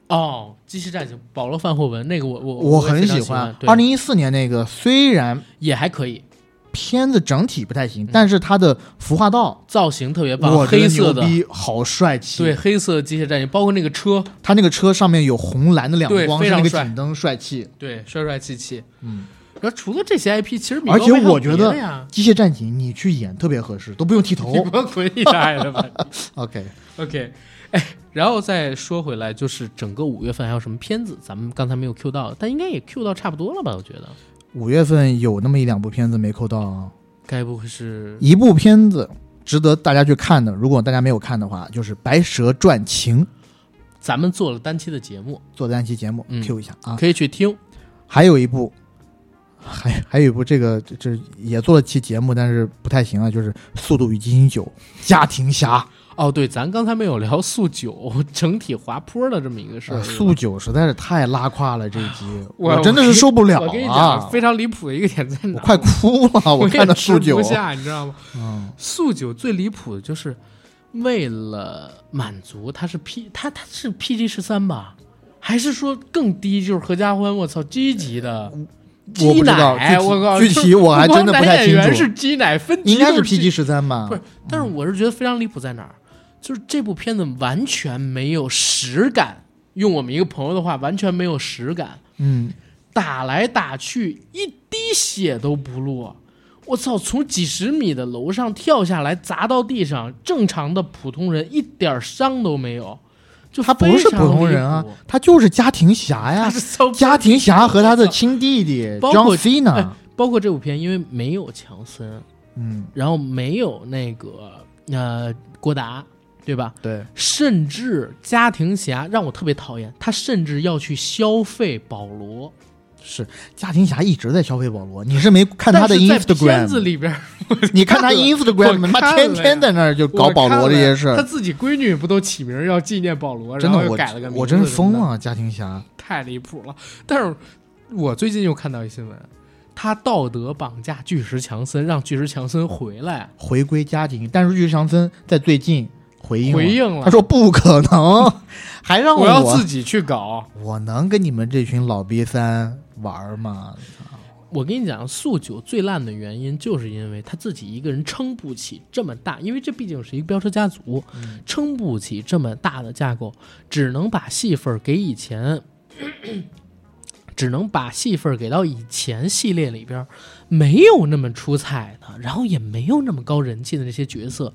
A: 哦，《机器战警》保罗·范霍文那个我我
B: 我
A: 也
B: 很
A: 非常
B: 喜
A: 喜
B: 欢。
A: 对
B: 二零一四年那个虽然
A: 也还可以，
B: 片子整体不太行，但是它的服化道，
A: 造型特别棒，
B: 我觉得
A: 嗯黑色
B: 牛
A: 的，
B: 逼，好帅气。
A: 对，，黑色的机械战警，包括那个车，
B: 它那个车上面有红蓝的两
A: 对
B: 光，
A: 非
B: 是那
A: 常
B: 个
A: 帅
B: 警灯，帅气。
A: 对，帅帅气气。
B: 嗯，
A: 然后除了这些 IP，其实米
B: 而
A: 高
B: 且
A: 梅还有
B: 我觉
A: 别
B: 得
A: 的呀，
B: 机械战警你去演特别合适，都不用剃头
A: 你。不要滚你大爷的吧
B: OK，
A: ？OK，哎，然后再说回来，就是整个五月份还有什么片子，咱们刚才没有 Q 到，但应该也 Q 到差不多了吧？我觉得，
B: 五月份有那么一两部片子没扣到啊，
A: 该不会是
B: 一部片子值得大家去看的，如果大家没有看的话，就是《白蛇传情》，
A: 咱们做了单期的节目，
B: 做单期节目
A: 嗯
B: Q 一下啊。
A: 可以去听
B: 还有一部还还有一部这个这也做了期节目，但是不太行啊，就是《速度与激情九》家庭侠。
A: 哦，对，咱刚才没有聊速九整体滑坡的这么一个事儿。
B: 呃
A: 对吧
B: 速九实在是太拉胯了，这一集
A: 我
B: 真的是受不了
A: 我跟你
B: 啊
A: 讲，！非常离谱的一个点在
B: 我
A: 哪？
B: 快哭了，
A: 我
B: 我
A: 也
B: 看到
A: 吃
B: 速九
A: 不，下，你知道吗？
B: 嗯，
A: 速九最离谱的就是为了满足它是 P，它它是 PG 十三吧？还是说更低？就是合家欢，我操，积极的，
B: 我
A: 鸡
B: 不知道
A: 奶，
B: 具体
A: 我靠，
B: 具体我还真的不太
A: 光男
B: 清
A: 演员
B: 楚
A: 是鸡奶分级
B: 应该是
A: 都鸡
B: PG 十三吧
A: 不？是，但是我是觉得非常离谱在哪儿，就是这部片子完全没有实感。用我们一个朋友的话，完全没有实感，
B: 嗯，
A: 打来打去一滴血都不落。我操！从几十米的楼上跳下来，砸到地上，正常的普通人一点伤都没有。就
B: 他不
A: 非
B: 是
A: 常
B: 普通人啊
A: 离谱，
B: 他就是家庭侠
A: 他
B: 呀，
A: 是骚
B: 家庭侠和他的亲弟弟
A: 包括哎
B: John Cena，
A: 包括这部片，因为没有强森，
B: 嗯，
A: 然后没有那个呃郭达，对吧？
B: 对，
A: 甚至家庭侠让我特别讨厌，他甚至要去消费保罗。
B: 是家庭侠一直在消费保罗，你是没看他的
A: 但是在片子
B: Instagram，
A: 里边儿
B: 你看他
A: 我看了
B: Instagram，他
A: 我看
B: 妈
A: 了
B: 天天在那儿就搞保罗这些事
A: 我看了他
B: 儿，
A: 自己闺女不都起名儿要纪念保罗，
B: 真
A: 然后
B: 的
A: 又
B: 我
A: 改了个名字
B: 我真是疯
A: 什么
B: 了，家庭侠，
A: 的，太离谱了。但是我最近又看到一新闻，他道德绑架巨石强森，让巨石强森回来
B: 回归家庭，但是巨石强森在最近回应了
A: 回应了，
B: 哎
A: 啊
B: 他说不可 能，还让
A: 我
B: 我
A: 要自己去搞。
B: 我能跟你们这群老逼三玩吗？
A: 我跟你讲，速九最烂的原因，就是因为他自己一个人撑不起这么大，因为这毕竟是一个飙车家族，
B: 嗯
A: 撑不起这么大的架构，只能把戏份儿给以前， 只能把戏份儿给到以前系列里边儿没有那么出彩的，然后也没有那么高人气的那些角色，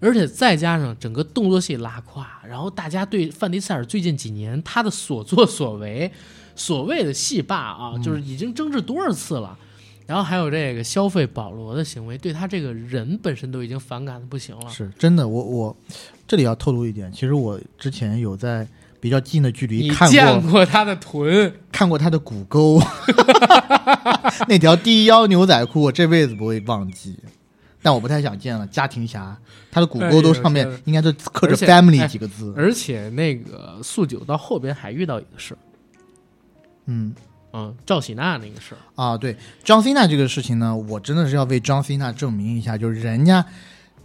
A: 而且再加上整个动作戏拉胯，然后大家对范迪塞尔最近几年他的所作所为，所谓的戏霸啊，就是已经争执多少次了。然后还有这个消费保罗的行为，对他这个人本身都已经反感的不行了。
B: 是真的，我我这里要透露一点，其实我之前有在比较近的距离
A: 你
B: 看
A: 见
B: 过
A: 过他的臀？
B: 看过他的骨沟， 那条低腰牛仔裤，我这辈子不会忘记。但我不太想见了，家庭侠，他的骨沟都上
A: 哎呦
B: 面应该都刻着
A: 而且
B: “family”
A: 哎
B: 几个字。
A: 而且那个速九到后边还遇到一个事儿，
B: 嗯，
A: 嗯，赵喜娜那个事儿，
B: 啊，对，John Cena 这个事情呢，我真的是要为 John Cena 证明一下，就是人家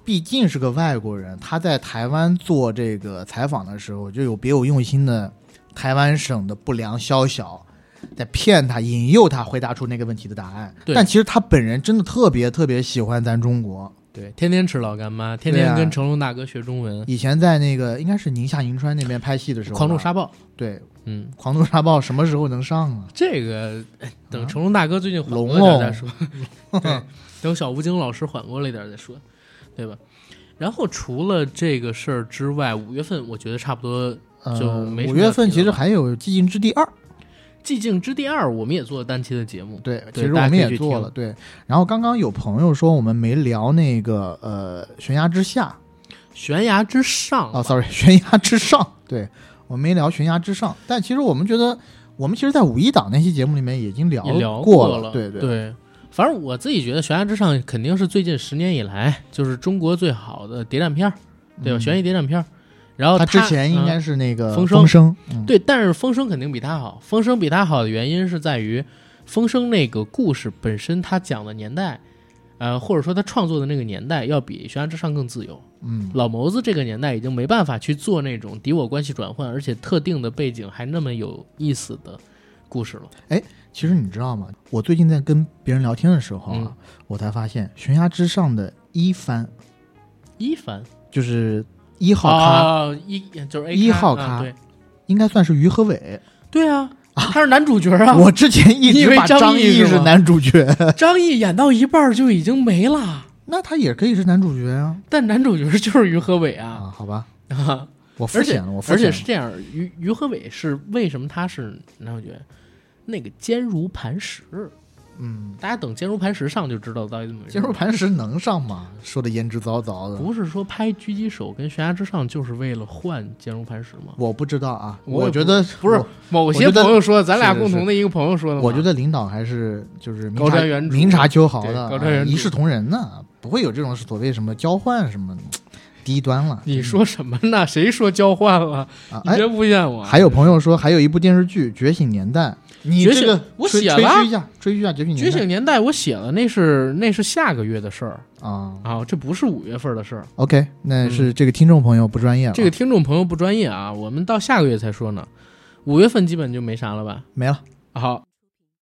B: 毕竟是个外国人，他在台湾做这个采访的时候，就有别有用心的台湾省的不良宵小在骗他、引诱他回答出那个问题的答案。
A: 对
B: 但其实他本人真的特别特别喜欢咱中国。
A: 对，天天吃老干妈，天
B: 对
A: 天
B: 啊
A: 跟成龙大哥学中文，
B: 以前在那个应该是宁夏银川那边拍戏的时候吧，
A: 狂怒沙暴，
B: 对《
A: 嗯，
B: 狂怒沙暴》什么时候能上啊？
A: 这个哎等成龙大哥最近缓
B: 龙
A: 过点
B: 龙
A: 再说， 对，等小吴京老师缓过了一点再说，对吧？然后除了这个事儿之外，五月份我觉得差不多。
B: 呃，
A: 就没什
B: 五
A: 么
B: 月
A: 要
B: 份
A: 提
B: 其实
A: 了吧
B: 还有《寂静之地二》。
A: 寂静之地二，我们也做了单期的节目，
B: 对，其
A: 对
B: 实
A: 大
B: 我
A: 家
B: 们
A: 可以
B: 也
A: 去
B: 做
A: 听
B: 了。对，然后刚刚有朋友说我们没聊那个呃悬崖之下
A: 悬崖之上
B: 啊、s o r r y 悬崖之上，对我没聊悬崖之上，但其实我们觉得我们其实，在五一档那期节目里面已经聊
A: 也聊
B: 过
A: 了，
B: 对
A: 对
B: 对
A: 反正我自己觉得《悬崖之上》肯定是最近十年以来就是中国最好的谍战片儿，对吧？
B: 嗯
A: 悬疑谍战片儿。然后
B: 他
A: 它
B: 之前应该
A: 嗯
B: 是那个
A: 风声
B: 声，嗯
A: 对，但是《风声》肯定比它好。《风声》比它好的原因是在于，《风声》那个故事本身它讲的年代，呃，或者说它创作的那个年代要比《悬崖之上》更自由。
B: 嗯，
A: 老谋子这个年代已经没办法去做那种敌我关系转换，而且特定的背景还那么有意思的故事了。
B: 其实你知道吗？我最近在跟别人聊天的时候啊，
A: 嗯
B: 我才发现悬崖之上的一番
A: 一凡，
B: 就是一号咖，
A: 哦，一就是 A
B: 一
A: 啊
B: 号咖
A: 对
B: 应该算是于和伟。
A: 对啊，他是男主角啊。
B: 我之前一
A: 你以
B: 直
A: 为
B: 把
A: 张
B: 张
A: 译
B: 译
A: 是
B: 是
A: 吗
B: 男主角。
A: 张译演到一半儿就已经没了，
B: 那他也可以是男主角啊！
A: 但男主角就是于和伟啊。
B: 啊，好 吧，
A: 啊
B: 我肤
A: 而且
B: 浅了，我肤
A: 而且
B: 浅了
A: 是这样，于于和伟是为什么他是男主角？那个坚如磐石，
B: 嗯，
D: 大家等《坚如磐石》上就知道到底怎么回事。
B: 坚如磐石能上吗？说的言之凿凿的，
D: 不是说拍《狙击手》跟《悬崖之上》就是为了换《坚如磐石》吗？
B: 我不知道啊，
D: 我也
B: 觉得
D: 不是
B: 我
D: 某些
B: 我觉得
D: 朋友说，咱俩
B: 是是
D: 共同的一个朋友说的嘛。
B: 我觉得领导还是就是明
D: 高
B: 察
D: 瞻远瞩
B: 明察秋毫的，
D: 对高瞻远
B: 啊
D: 瞩
B: 一视同仁呢，不会有这种所谓什么交换什么低端了。
D: 你说什么呢？谁说交换了？
B: 啊，
D: 你
B: 哎，
D: 别诬陷我。
B: 还有朋友说还有一部电视剧《觉醒年代》，你
D: 觉
B: 这个
D: 醒我
B: 吹
D: 写
B: 吹
D: 了
B: 嘘一下，吹嘘一下《觉醒
D: 《觉
B: 年代
D: 醒年代》，我写了，那是那是下个月的事儿》
B: 啊。
D: 啊，这不是五月份的事儿。
B: OK，那是这个听众朋友不专业了，
D: 嗯这个听众朋友不专业啊，我们到下个月才说呢。五月份基本就没啥了吧？
B: 没了。
D: 好，